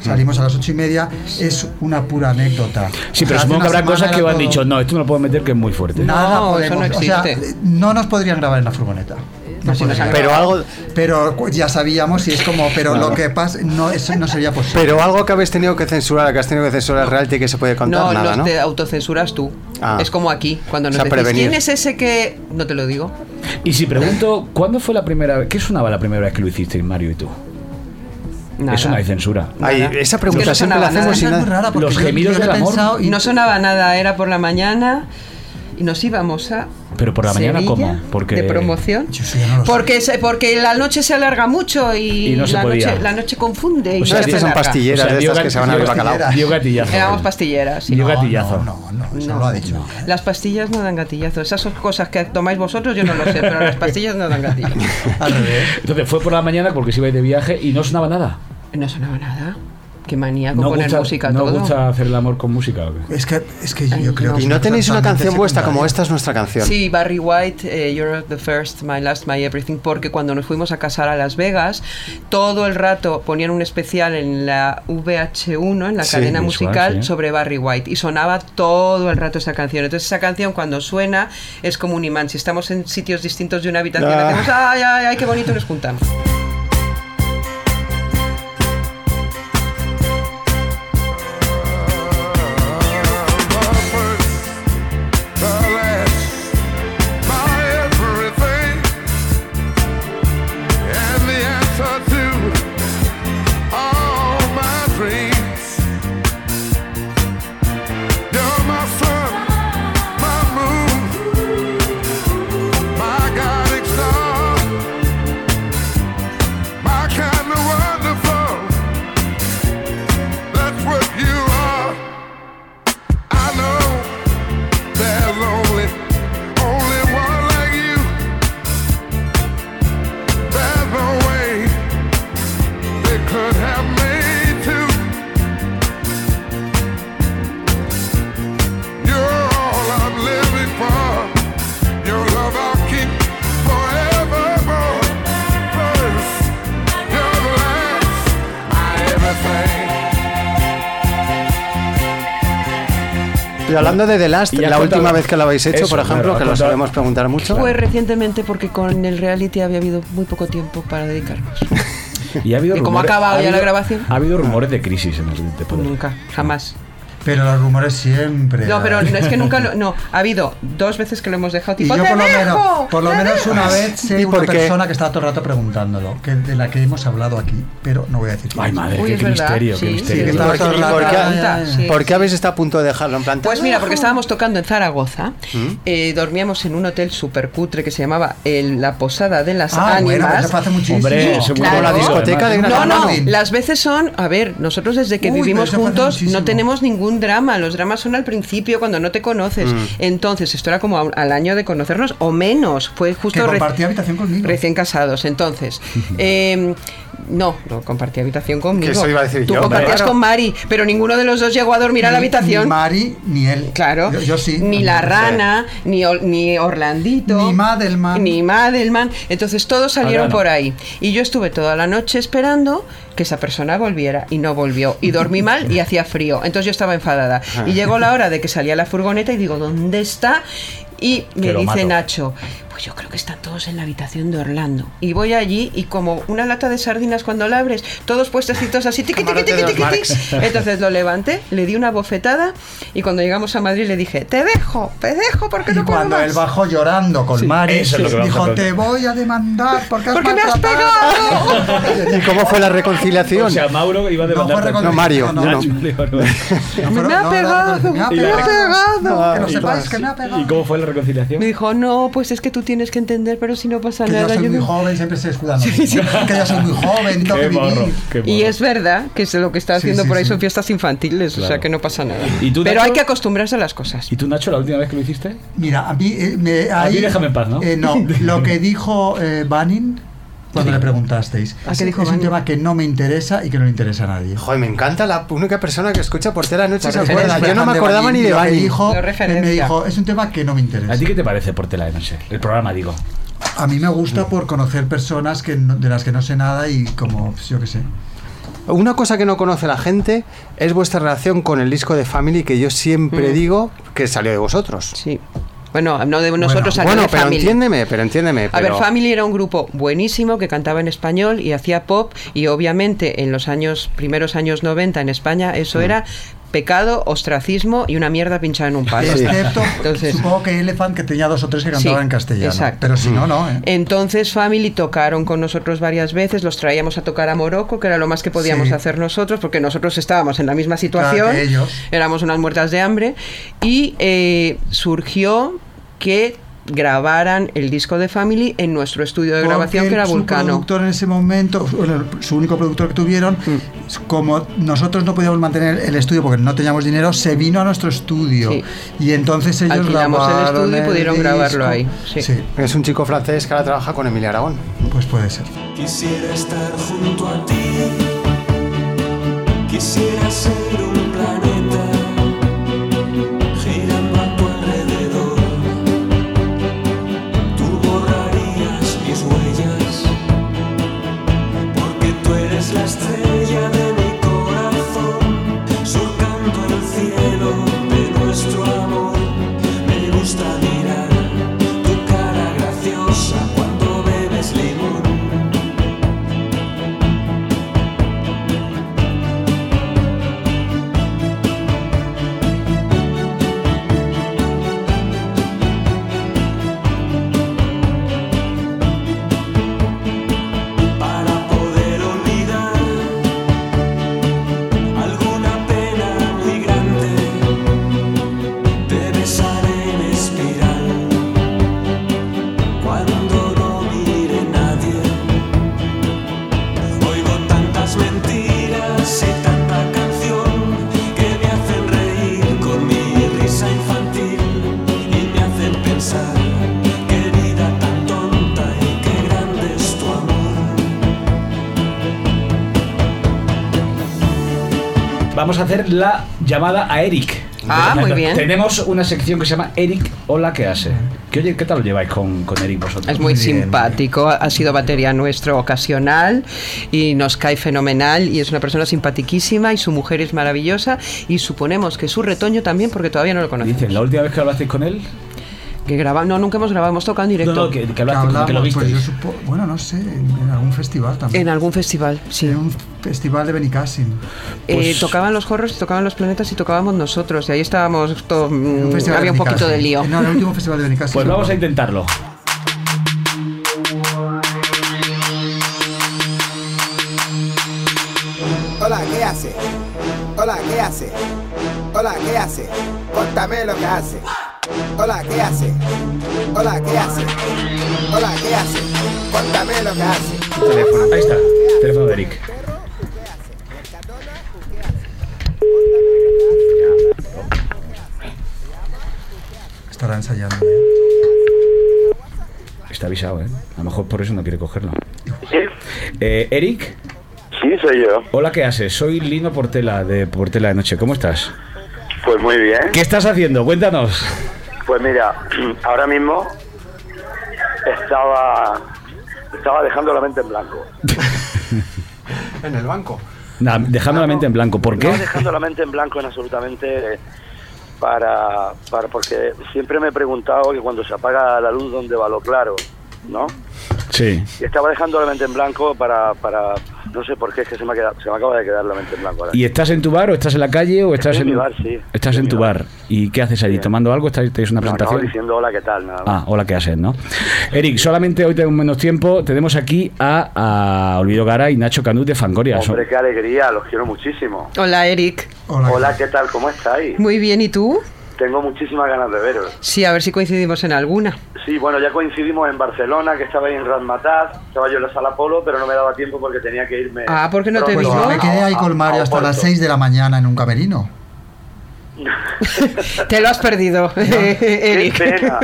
Mm.
salimos a las ocho y media, es una pura anécdota.
Sí, pero supongo
O sea,
que
hace una
habrá
semana
cosas que
era
han
todo-
dicho, no, esto no lo puedo meter que es muy fuerte.
Nada
No, eso
podemos,
no
o sea,
existe. Pues
no nos podrían grabar en la furgoneta. No podrían.
Pero algo,
pero cu- ya sabíamos y es como, pero lo que pasa, no, eso no sería posible.
pero algo que habéis tenido que censurar, que has tenido que censurar reality que se puede contar
No,
nada,
no
¿no?
te autocensuras tú.
Ah.
Es como aquí, cuando
O
nos
sea,
decís,
prevenir.
¿quién es ese que...? No te lo digo.
Y si pregunto, ¿cuándo fue la primera vez? ¿Qué sonaba la primera vez que lo hicisteis, Mario y tú?
Nada.
Eso no hay censura.
Ay,
nada.
esa
Es
pregunta
que no
siempre
sonaba
la hacemos
nada.
sin
Es muy
nada.
rara porque
Los
yo-
gemidos
yo lo he
del amor.
pensado y-
No sonaba nada, era por la mañana y nos íbamos a...
Pero por la mañana,
Sevilla
¿cómo? Porque-
De promoción.
Yo sí, yo no lo sé.
Porque, se- porque la noche se alarga mucho y,
Y no se
la,
podía.
noche, la noche confunde. y
O sea,
se
estas
hace
son
larga.
pastillas. Era de
dio
estas que
gat-
se van a
dio
ver bacalao.
gatillazo. Dio gatillazo.
Éramos pastilleras. sí.
Dio
No,
gatillazo.
No, no, no, eso
No.
no lo ha dicho.
Las pastillas no dan gatillazo. Esas son cosas que tomáis vosotros, yo no lo sé, pero las pastillas no dan gatillazo.
Al revés.
[LAUGHS] Entonces fue por la mañana porque se iba a ir de viaje y no sonaba nada.
[LAUGHS] No sonaba nada. Qué manía con
No
poner
gusta,
música a
no
todo.
gusta hacer el amor con música. ¿o qué?
Es que, es que yo creo que
Y
es
no tenéis una
totalmente
canción vuestra como
secundaria.
esta es nuestra canción.
Sí, Barry White, eh, You're the First, My Last, My Everything, porque cuando nos fuimos a casar a Las Vegas, todo el rato ponían un especial en la VH1, en la
Sí,
cadena
visual,
musical,
sí.
sobre Barry White, y sonaba todo el rato esa canción. Entonces esa canción cuando suena es como un imán. Si estamos en sitios distintos de una habitación,
Ah.
hacemos, ay, ay, ay, qué bonito nos juntamos.
That's what you are. I know there's only, only one like you. There's no way they could have made two. You're all I'm living for. Your love I'll keep forevermore. First, you're the last, my everything.
Y hablando de The Last,
Y ya
la
contado-
última vez que lo habéis hecho,
Eso,
por ejemplo,
claro,
que
ha
lo
contado-
solemos preguntar mucho.
Fue recientemente porque con el reality había habido muy poco tiempo para dedicarnos.
Y ha habido
¿Y cómo
rumores-
ha acabado ya la
habido-
grabación?
Ha habido rumores de crisis en el de poder.
Nunca, jamás.
Pero los rumores siempre.
No, pero no, es
[LAUGHS]
que nunca lo. No, ha habido dos veces que lo hemos dejado
Y
tipo.
yo
Pues "Te
por lo
dejo,
menos, por lo
te
menos
dejo". [LAUGHS]
una vez
¿Y
sé una
por qué?
persona que está todo el rato preguntándolo, que de la que hemos hablado aquí, pero no voy a decir. quién
Ay,
es.
madre,
Uy,
qué,
es
qué
verdad,
misterio, qué
sí,
Sí,
misterio.
que estaba todo el rato-
¿Por qué?
Ay, ay, ay.
Sí.
¿Por qué habéis estado a punto de dejarlo en planta?
Pues mira, porque estábamos tocando en Zaragoza,
¿Mm?
eh, dormíamos en un hotel super cutre que se llamaba el- La Posada de las
Ah, bueno, pues
Ánimas.
eso fue hace muchísimo.
Hombre, eso
Claro.
Como la discoteca de Gran
no, no,
Hermano.
las veces son, a ver, nosotros desde que
Uy,
vivimos
pero eso fue hace
juntos no
muchísimo.
tenemos ningún drama, los dramas son al principio cuando no te conoces.
Mm.
Entonces, esto era como a- al año de conocernos o menos, fue
que
justo reci-
compartía habitación conmigo.
Recién casados, entonces.
[LAUGHS]
eh, no, no compartí habitación conmigo.
Que eso iba a decir
Tú
yo,
compartías
claro.
con Mari, pero ninguno de los dos llegó a dormir a la
Ni- Ni
habitación.
Mari ni él.
Claro,
Yo, yo sí.
ni la
Sí.
rana, ni, Or- ni Orlandito,
Ni Madelman.
ni Madelman. Entonces todos salieron
Adriano.
por ahí. Y yo estuve toda la noche esperando que esa persona volviera y no volvió. Y dormí mal y hacía frío. Entonces yo estaba enfadada.
Ah.
Y llegó la hora de que salía la furgoneta y digo, ¿dónde está? Y me
Que lo
dice
mato.
Nacho, pues yo creo que están todos en la habitación de Orlando. Y voy allí y como una lata de sardinas cuando la abres, todos puestecitos así, tiqui, tiqui,
Camarote
tiqui,
de los
tiqui,
Marx.
tiqui. Entonces lo levanté, le di una bofetada y cuando llegamos a Madrid le dije, te dejo, te dejo porque
Y
no puedo
cuando
más.
él bajó llorando con Mari,
eso es lo que vamos a
dijo,
contar.
te voy a demandar porque, has
Porque me has
maltratado".
pegado.
¿Y cómo fue la reconciliación?
O sea, Mauro iba a
No, fue
demandar.
reconciliación,
No, Mario, yo no.
No,
Me
pero-
ha
no,
pegado,
me ha
me ha
pegado.
pegado.
Que lo
y
sepáis
más.
que me ha pegado.
¿Y cómo fue la
Me
reconciliación?
dijo, no, pues es que tú tienes que entender, pero si no pasa
Que yo
nada.
soy
yo
muy
me- [LAUGHS]
joven, [LAUGHS] siempre se escudan. ¿no? [LAUGHS] Que yo soy muy joven, tengo
Qué
que
morro,
vivir.
qué
Y
morro.
es verdad que es lo que está
Sí,
haciendo
sí,
por ahí
sí.
son fiestas infantiles, o sea
Claro.
que no pasa nada.
¿Y tú,
Pero
Nacho?
hay que acostumbrarse a las cosas.
¿Y tú, Nacho, la última vez que lo hiciste?
Mira, a mí... eh, me,
A
ahí-
mí déjame en paz, ¿no? [LAUGHS]
eh, no, lo que dijo eh, Banning cuando le preguntasteis.
¿Ah, qué dijo
es un
Banning?
tema que no me interesa y que no le interesa a nadie.
Joder, me encanta la única persona que escucha por la noche
Por
se
referencia,
acuerda. Yo no me
Alejandro
acordaba ni de
Balín, lo que
Bani.
dijo,
De
él me
referencia.
dijo, es un tema que no me interesa.
¿A ti qué te parece Portela de Noche? El programa, digo.
A mí me gusta por conocer personas que no- de las que no sé nada y como, pues, yo qué sé.
Una cosa que no conoce la gente es vuestra relación con el disco de Family que yo siempre
Mm.
digo que salió de vosotros.
Sí. Bueno, no de nosotros, a
bueno,
nivel
pero
family.
entiéndeme, pero entiéndeme.
A ver,
pero-
Family era un grupo buenísimo que cantaba en español y hacía pop y obviamente en los años primeros años 90 en España eso era pecado, ostracismo y una mierda pinchada en un palo.
Excepto,
Entonces-
supongo que Elephant, que tenía dos o tres que cantaban
Sí,
en castellano.
exacto.
Pero si no, no. ¿eh?
Entonces Family tocaron con nosotros varias veces, los traíamos a tocar a Morocco, que era lo más que podíamos
Sí.
hacer nosotros, porque nosotros estábamos en la misma situación,
que ellos.
éramos unas muertas de hambre, y eh, surgió que grabaran el disco de Family en nuestro estudio de grabación,
Porque
que era
su
Vulcano.
productor en ese momento, bueno, su único productor que tuvieron,
Mm.
como nosotros no podíamos mantener el estudio porque no teníamos dinero, se vino a nuestro estudio.
Sí.
Y entonces ellos
Alquilamos el
grabaron
estudio y pudieron grabarlo
disco.
ahí, sí.
Es un chico francés que ahora trabaja con Emilia Aragón.
pues puede ser.
Quisiera estar junto a ti. Quisiera ser un planeta girando a tu alrededor. Tú borrarías mis huellas porque tú eres la estrella de mi corazón, surcando el cielo de nuestro amor. Me gusta mirar tu cara graciosa cuando bebes limón. para poder olvidar alguna pena muy grande. Te besaré en espiral cuando no mire nadie. Oigo tantas mentiras y tanta canción que me hacen reír con mi risa infantil y me hacen pensar. qué vida tan tonta y qué grande es tu amor.
Vamos a hacer la llamada a Eric.
Ah, muy bien.
Tenemos una sección que se llama Eric Hola, ¿qué hace? Que, oye, ¿qué tal lo lleváis con, con Eric vosotros?
Es muy
Muy bien.
simpático, ha sido batería nuestro ocasional y nos cae fenomenal y es una persona simpatiquísima y su mujer es maravillosa y suponemos que su retoño también porque todavía no lo conocemos.
Dicen, la última vez que hablasteis con él.
Que graba, no, nunca hemos grabado, hemos tocado en
No,
directo.
no, que, que
Que
hablasteis, con- que lo
hablamos, pues
visteis.
yo supo- bueno, no sé, en, en algún festival también.
En algún festival, sí.
En un festival de Benicassim.
Eh,
pues-
tocaban los jorros, y tocaban los planetas y tocábamos nosotros. Y ahí estábamos todos.
En
mm,
festival de
había un poquito de
Benicàssim.
lío.
No, en el último festival de Benicassim.
Pues vamos a intentarlo.
Hola, ¿qué hace? Hola, ¿qué hace? Hola, ¿qué hace? Contame lo que hace. Hola, ¿qué hace? Hola, ¿qué hace? Hola, ¿qué hace? Contame lo que hace.
Ahí está, teléfono de Eric.
Estará ensayando. ¿eh?
Está avisado, ¿eh? A lo mejor por eso no quiere cogerlo. Eh, Eric,
Sí, soy yo.
hola, ¿qué haces? Soy Lino Portela de Portela de Noche. ¿Cómo estás?
Pues muy bien.
¿Qué estás haciendo? Cuéntanos.
Pues mira, [CLEARS THROAT] ahora mismo estaba estaba dejando la mente en blanco.
En el banco.
Nah, dejando la mente en blanco. ¿Por qué?
No dejando la mente en blanco en absolutamente eh, para, para porque siempre me he preguntado que cuando se apaga la luz dónde va lo claro, ¿no?
Sí.
Y estaba dejando la mente en blanco para, para no sé por qué es que se me, ha quedado- se me acaba de quedar la mente en blanco ahora.
¿Y estás en tu bar o estás en la calle o estás
Estoy en
en,
mi bar, sí. Estoy
Estás en
en
tu
mi
bar. ¿Y qué haces allí?
Sí.
¿Tomando algo? ¿Estás, ¿Tenéis una
No, no,
presentación?
diciendo hola, ¿qué tal? Nada más.
Ah, hola, ¿qué haces, no? Eric, solamente hoy tenemos menos tiempo. Tenemos aquí a, a Olvido Gara y Nacho Canut de Fangoria. Son-
Hombre, qué alegría, los quiero muchísimo.
[LAUGHS]
Hola, Eric.
Hola, ¿qué tal? ¿Cómo estáis?
Muy bien, ¿y tú?
Tengo muchísimas ganas de veros.
Sí, a ver si coincidimos en alguna.
Sí, bueno, ya coincidimos en Barcelona, que estaba ahí en Razmataz, estaba yo en la sala Polo, pero no me daba tiempo porque tenía que irme.
Ah, ¿por qué no te
pronto.
Pues yo me quedé ahí con Mario hasta las 6 de la mañana en un camerino.
[LAUGHS] Te lo has
[LAUGHS]
perdido,
Qué
[LAUGHS] Eric. [LAUGHS]
pena,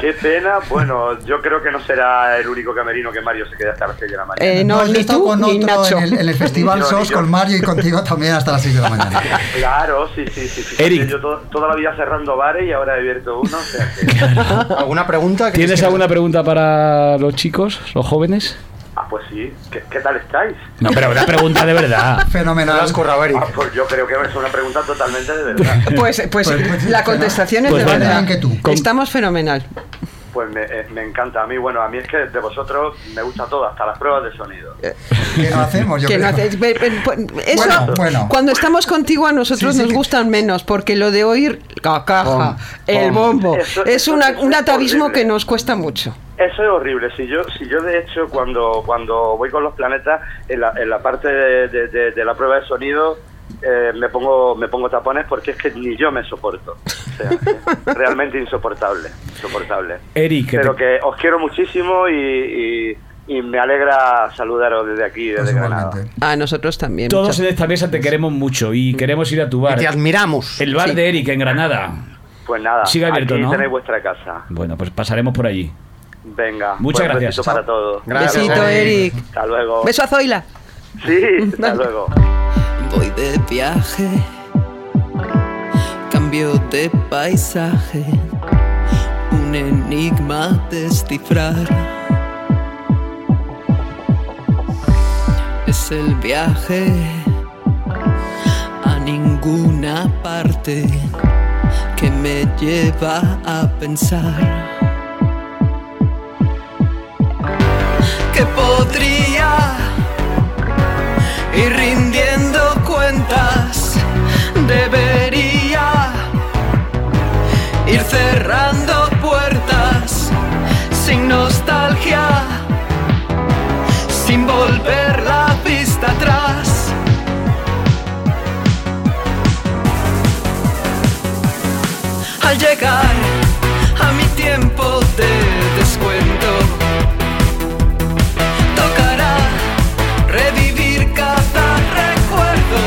qué pena. Bueno, yo creo que no será el único camerino que Mario se quede hasta las 6 de la mañana.
Eh, no,
yo
ni
he estado
tú,
con
ni
otro
Nacho.
En, el,
[LAUGHS]
en el
[LAUGHS]
Festival
Ni yo, ni
SOS
yo.
con Mario y contigo también hasta las 6 de la mañana.
Claro, sí, sí, sí. sí.
Eric.
Yo to- toda la vida cerrando bares y ahora he abierto uno. o sea que-
[LAUGHS]
¿Alguna pregunta? ¿Crees
¿Tienes
que-
alguna pregunta para los chicos, los jóvenes?
Ah, pues sí. ¿Qué, qué tal estáis?
No, pero una pregunta de verdad.
Te la
Fenomenal.
has currado, Eric.
Ah, pues yo creo que es una pregunta totalmente de verdad.
[LAUGHS] Pues, pues,
Pues, pues,
la
fenomenal.
contestación es
Pues
de
vale.
verdad.
Que tú.
Con-
Estamos fenomenal.
[LAUGHS] Pues me, eh, me encanta. A mí, bueno, a mí es que de vosotros me gusta todo, hasta las pruebas de sonido.
Eh,
¿Qué no hacemos? Yo
Que no
creo.
haces- ve- ve- pues, eso,
Bueno, bueno.
cuando estamos contigo, a nosotros
Sí, sí,
nos
que-
gustan menos, porque lo de oír la caja,
Bom,
el
bom.
bombo,
Eso-
es
eso-
una-
eso
un
es
atavismo
horrible.
que nos cuesta mucho.
Eso es horrible. Si yo, si yo de hecho, cuando, cuando voy con los planetas, en la, en la parte de, de- de- de la prueba de sonido, eh, me pongo me pongo tapones porque es que ni yo me soporto. O sea, es realmente insoportable. Insoportable.
[LAUGHS] Eric, que te-
Pero que os quiero muchísimo y, y- y me alegra saludaros desde aquí,
Pues
desde Granada.
igualmente.
A nosotros también.
todos
muchas-
en esta mesa te queremos mucho y queremos ir a tu
Que
bar.
Te admiramos.
El bar
Sí.
de Eric en Granada.
Pues nada,
Sigue abierto,
aquí
¿no?
tenéis vuestra casa.
Bueno, pues pasaremos por allí.
Venga.
Muchas
buen
gracias.
besito
Chao.
para todos.
Gracias,
Besito, Eric.
Hasta luego.
Beso a Zoila.
[LAUGHS]
Sí, hasta luego.
Voy de viaje, cambio de paisaje, un enigma a descifrar. Es el viaje a ninguna parte que me lleva a pensar que podría y rindiendo cuentas debería ir cerrando puertas sin nostalgia, sin volver la vista atrás. Al llegar a mi tiempo de descuento, tocará revivir cada recuerdo.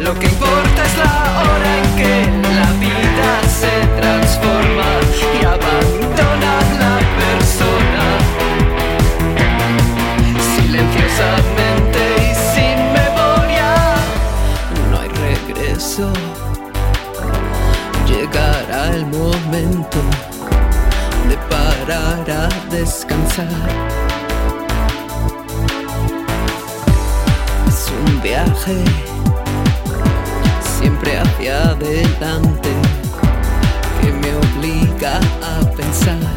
Lo que importa es la hora en que la vida se transforma y abandona la persona. Silenciosamente y sin memoria, no hay regreso. Llegará el momento de parar a descansar. es un viaje siempre hacia adelante que me obliga a pensar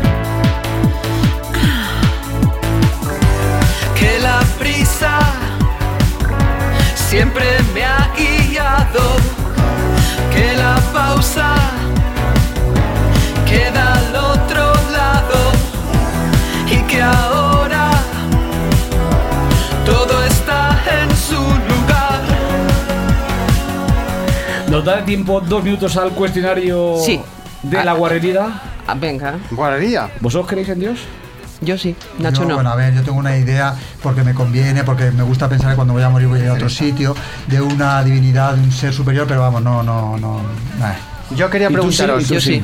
que la prisa siempre me ha guiado, que la pausa queda al otro lado y que ahora todo está en su lugar.
¿Nos da tiempo dos minutos al cuestionario
Sí.
de la
Ah.
guarrería?
Ah, venga,
Guardería.
¿Vosotros creéis en Dios?
yo sí, Nacho
Yo,
no.
Bueno, a ver, yo tengo una idea porque me conviene, porque me gusta pensar que cuando voy a morir voy a ir a otro sitio, de una divinidad, de un ser superior, pero vamos, no, no, no. eh. nah.
Yo quería
¿Y tú sí?
preguntaros.
¿Y tú
yo sí.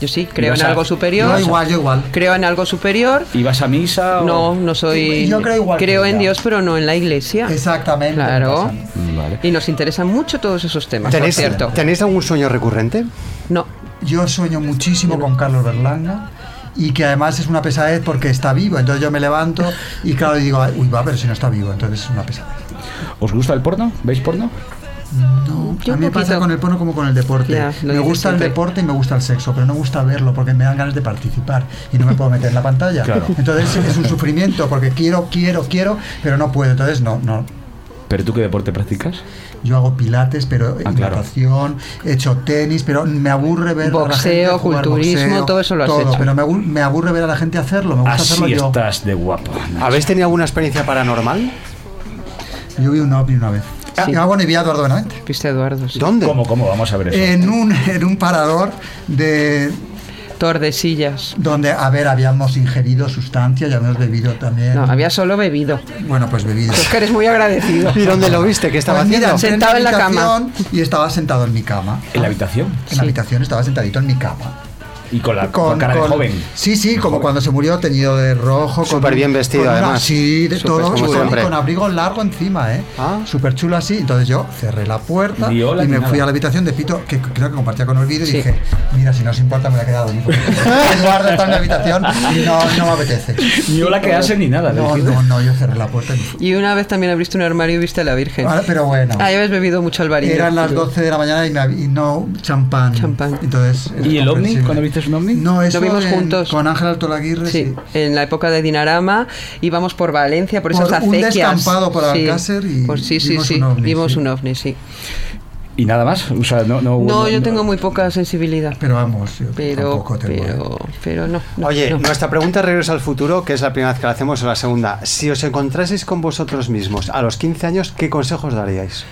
Yo sí, creo
vas
en
a-
algo
Yo
superior.
igual, yo igual.
Creo en algo superior.
¿Y vas a misa? o-
No, no soy.
Yo creo igual que
en
ella.
Dios, pero no en la iglesia.
Exactamente.
Claro.
Vale.
Y nos interesan mucho todos esos temas, por
¿Tenéis,
cierto.
¿Tenéis algún sueño recurrente?
No.
Yo sueño muchísimo con Carlos Berlanga y que además es una pesadez porque está vivo. Entonces yo me levanto y claro, digo, "Ay, uy, va, pero si no está vivo, entonces es una pesadez.
¿Os gusta el porno? ¿Veis porno?
No,
Yo
a mí me
un poquito.
pasa con el porno como con el deporte.
Ya, lo
me
dices
gusta el
siempre.
deporte y me gusta el sexo, pero no me gusta verlo porque me dan ganas de participar y no me puedo meter en la pantalla.
Claro.
Entonces es un sufrimiento porque quiero, quiero, quiero, pero no puedo. Entonces no, no.
¿Pero tú qué deporte practicas?
Yo hago pilates, pero
Ah, claro.
natación, he hecho tenis, pero me aburre ver a la gente
Boxeo,
jugar
culturismo,
boxeo,
todo eso lo has hecho.
Pero me, abu- me aburre ver a la gente hacerlo, me gusta hacerlo
Así
yo.
estás de guapo.
¿Habéis tenido alguna experiencia paranormal?
Yo vi un ovni una vez. Ah, ah, bueno, y vi a Eduardo Benavente.
¿Viste a Eduardo? sí.
¿Cómo, cómo? Vamos a ver eso.
Eh,
En un, en un parador de...
Tordesillas.
Donde, a ver, habíamos ingerido sustancias y habíamos bebido también.
No, había solo bebido.
Bueno, pues bebido.
Tú es que eres muy
[LAUGHS]
agradecido.
¿Y dónde lo viste? ¿Qué estaba
Pues mira,
haciendo?
entré
Sentado
mi
en la cama.
habitación Y estaba sentado en mi cama.
¿En la habitación?
En la habitación estaba sentadito en mi cama.
Y con la con cara de joven.
Sí, sí, como cuando se murió, teñido de rojo. con
Súper
un-
bien vestido,
con una-
además.
sí, de
Súper,
todo,
como
con-
siempre. Ah.
con abrigo largo encima, ¿eh? Súper chulo así. Entonces yo cerré la puerta
Ni hola
y
ni
me
nada.
fui a la habitación de Pito, que creo que compartía con Olvido,
Sí.
y dije, mira, si no os importa, me voy a quedar a
[LAUGHS]
dormir. porque Eduardo está en mi habitación y no, no me apetece.
Ni hola que hace ni nada.
No,
Virginia.
no, no, yo cerré la puerta y me fui.
Y una vez también abriste un armario y viste a la Virgen.
Ahora, pero bueno.
Ah, ya habías bebido mucho alvarillo.
Eran las 12 de la mañana y, me hab- y no champán.
Champán.
Entonces, es
¿Y el ovni?
comprensible.
¿Cuándo viste un ovni?
No, eso
vimos
en-
juntos.
Con Ángel Alto Aguirre.
Sí, en la época de Dinarama íbamos por Valencia, por,
Por
esas
un
acequias.
descampado por
Sí.
Alcácer y
Por- sí, sí,
vimos
sí,
un ovni,
vimos
sí.
un ovni, sí.
Y nada más. O sea, no, no,
No,
no-
yo
no-
tengo muy poca sensibilidad.
Pero vamos, yo
Pero,
tampoco tengo. ¿eh?
pero, pero no, no,
Oye,
no.
nuestra pregunta regresa al futuro, que es la primera vez que la hacemos o la segunda. Si os encontraseis con vosotros mismos a los 15 años, ¿qué consejos daríais?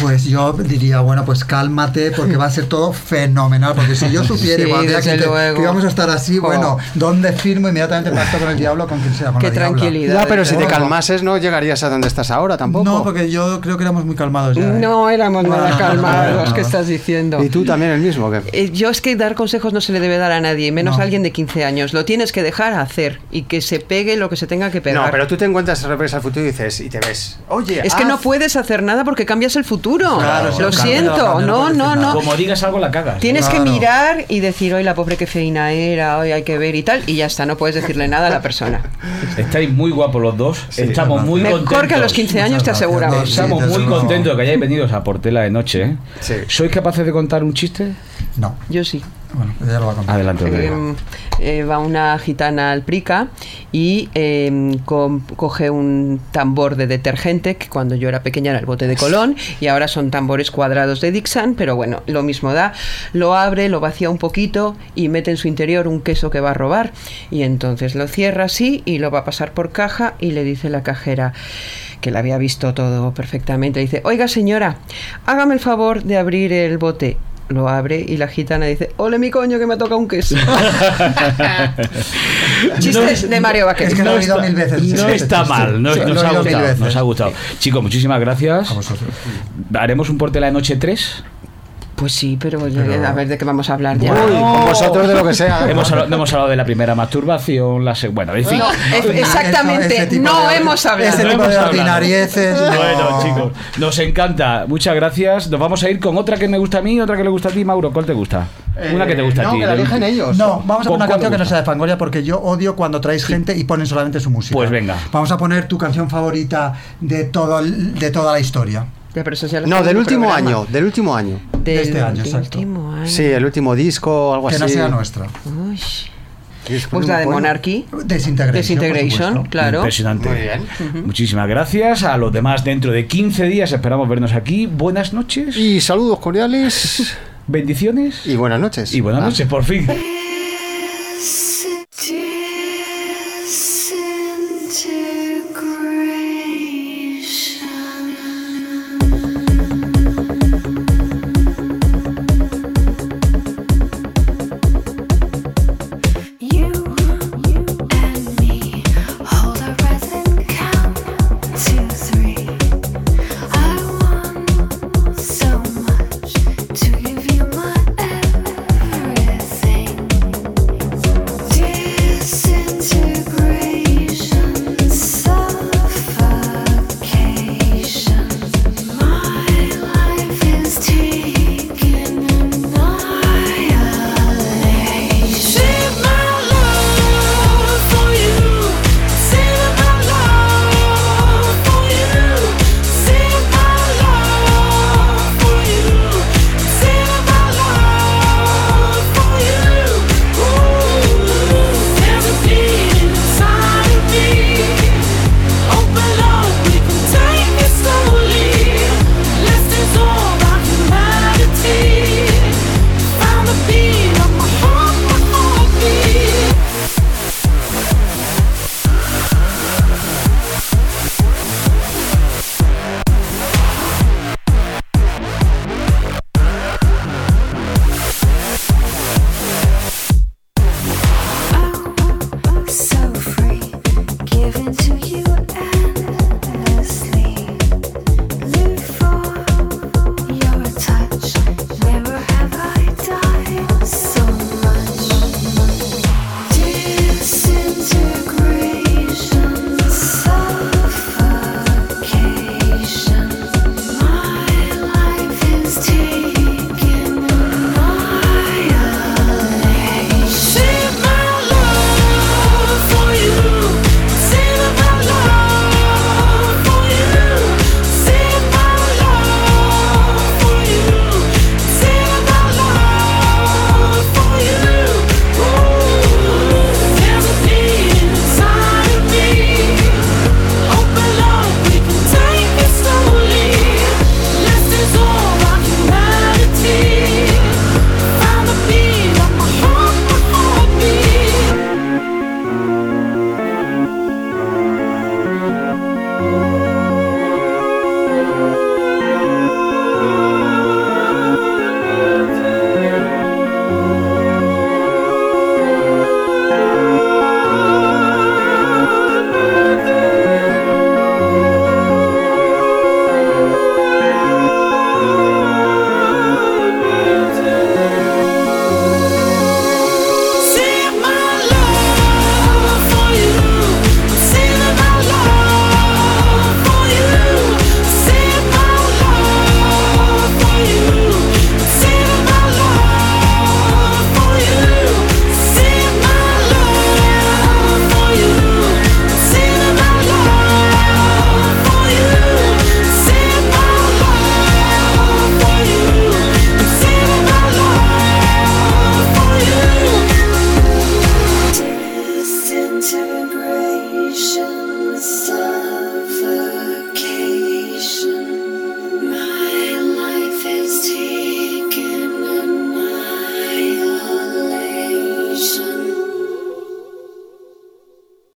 Pues yo diría, bueno, pues cálmate porque va a ser todo fenomenal. Porque si
[LAUGHS]
yo supiera
Sí,
igual de aquí
desde
que,
luego. Oh.
que íbamos a estar así,
Jo.
bueno, ¿dónde firmo inmediatamente pacto con el diablo o con quien sea? Con
Qué
la diabla?
tranquilidad.
Ya, pero si te
Ojo.
calmases, no llegarías a donde estás ahora tampoco.
No, porque yo creo que éramos muy calmados
Uh.
ya. ¿eh?
No éramos nada
No, no,
calmados,
no.
¿qué estás diciendo?
Y tú también el mismo, que
Eh, Yo es que dar consejos no se le debe dar a nadie, y menos
No.
a alguien de 15 años. Lo tienes que dejar hacer y que se pegue lo que se tenga que pegar.
No, pero tú te encuentras regresa al futuro y dices, y te ves, oye,
Es que
haz-
no puedes hacer nada porque cambias el futuro. lo
Claro, claro,
siento,
claro,
no,
no
no,
puedes
no.
Como digas algo, la cagas.
Tienes que
Claro.
mirar y decir, hoy la pobre que feina era, hoy hay que ver y tal, y ya está, no puedes decirle nada a la persona.
Estáis muy guapos los dos. Estamos muy
Mejor
contentos.
que a los 15 años, te
Muchas gracias.
aseguramos.
No, sí,
Estamos
desde
muy
luego.
contentos de que hayáis venido a Portela de noche. ¿eh?
Sí.
¿Sois capaces de contar un chiste?
No,
Yo sí.
bueno, ya lo va a contar.
Adelante, Olga.
Eh, eh, va una gitana al Prica y eh, com- coge un tambor de detergente, que cuando yo era pequeña era el bote de Colón, y ahora son tambores cuadrados de Dixon, pero bueno, lo mismo da. Lo abre, lo vacía un poquito y mete en su interior un queso que va a robar. Y entonces lo cierra así y lo va a pasar por caja y le dice la cajera que la había visto todo perfectamente, dice, oiga señora, hágame el favor de abrir el bote. Lo abre y la gitana dice, ole mi coño que me toca un
[LAUGHS]
queso. Chistes de Mario Vaquero.
Es que lo he oído mil veces.
No
Sí,
está
sí, sí.
mal, nos,
Sí,
nos
lo he
ha
oído mil
gustado.
veces.
Nos ha gustado. Chicos, muchísimas gracias.
A vosotros.
¿Haremos un Portela de noche 3?
Pues sí, pero, oye, a ver de qué vamos a hablar ya.
Uy, con vosotros de lo que sea.
Hemos hablado, no hemos hablado de la primera masturbación, la segunda. Bueno, en fin.
No, eh, es-
Ah, Eso,
exactamente,
ese tipo
no
de-
hemos hablado.
Ese
No
tipo
hemos
de
hablado.
ordinarieces. no.
Bueno, chicos, nos encanta. Muchas gracias. Nos vamos a ir con otra que me gusta a mí y otra que le gusta a ti, Mauro. ¿Cuál te gusta? Eh, Una que te gusta a
Eh, no,
ti.
que la
de-
elijan ellos.
No, vamos a
¿Con
poner una
cuál
canción
te
que no
gusta?
sea de Fangoria porque yo odio cuando traéis gente y ponen solamente su música.
Pues venga.
Vamos a poner tu canción favorita de, todo, el- de toda la historia.
Ya, pero eso ya lo
No,
hacemos en
del
el
último
programa.
año, del último año.
Del
este año, exacto.
último año.
Sí, el último disco o algo
Que
así.
no sea nuestra.
Uy.
Disco
Pues la de
número uno.
Monarchy,
Desintegration.
Desintegration,
por supuesto.
claro.
Impresionante.
Muy bien.
Muchísimas gracias. A los demás dentro de 15 días esperamos vernos aquí. Buenas noches.
Y saludos cordiales
[LAUGHS] Bendiciones.
y buenas noches.
Y buenas
Ah.
noches, por fin.
Oh,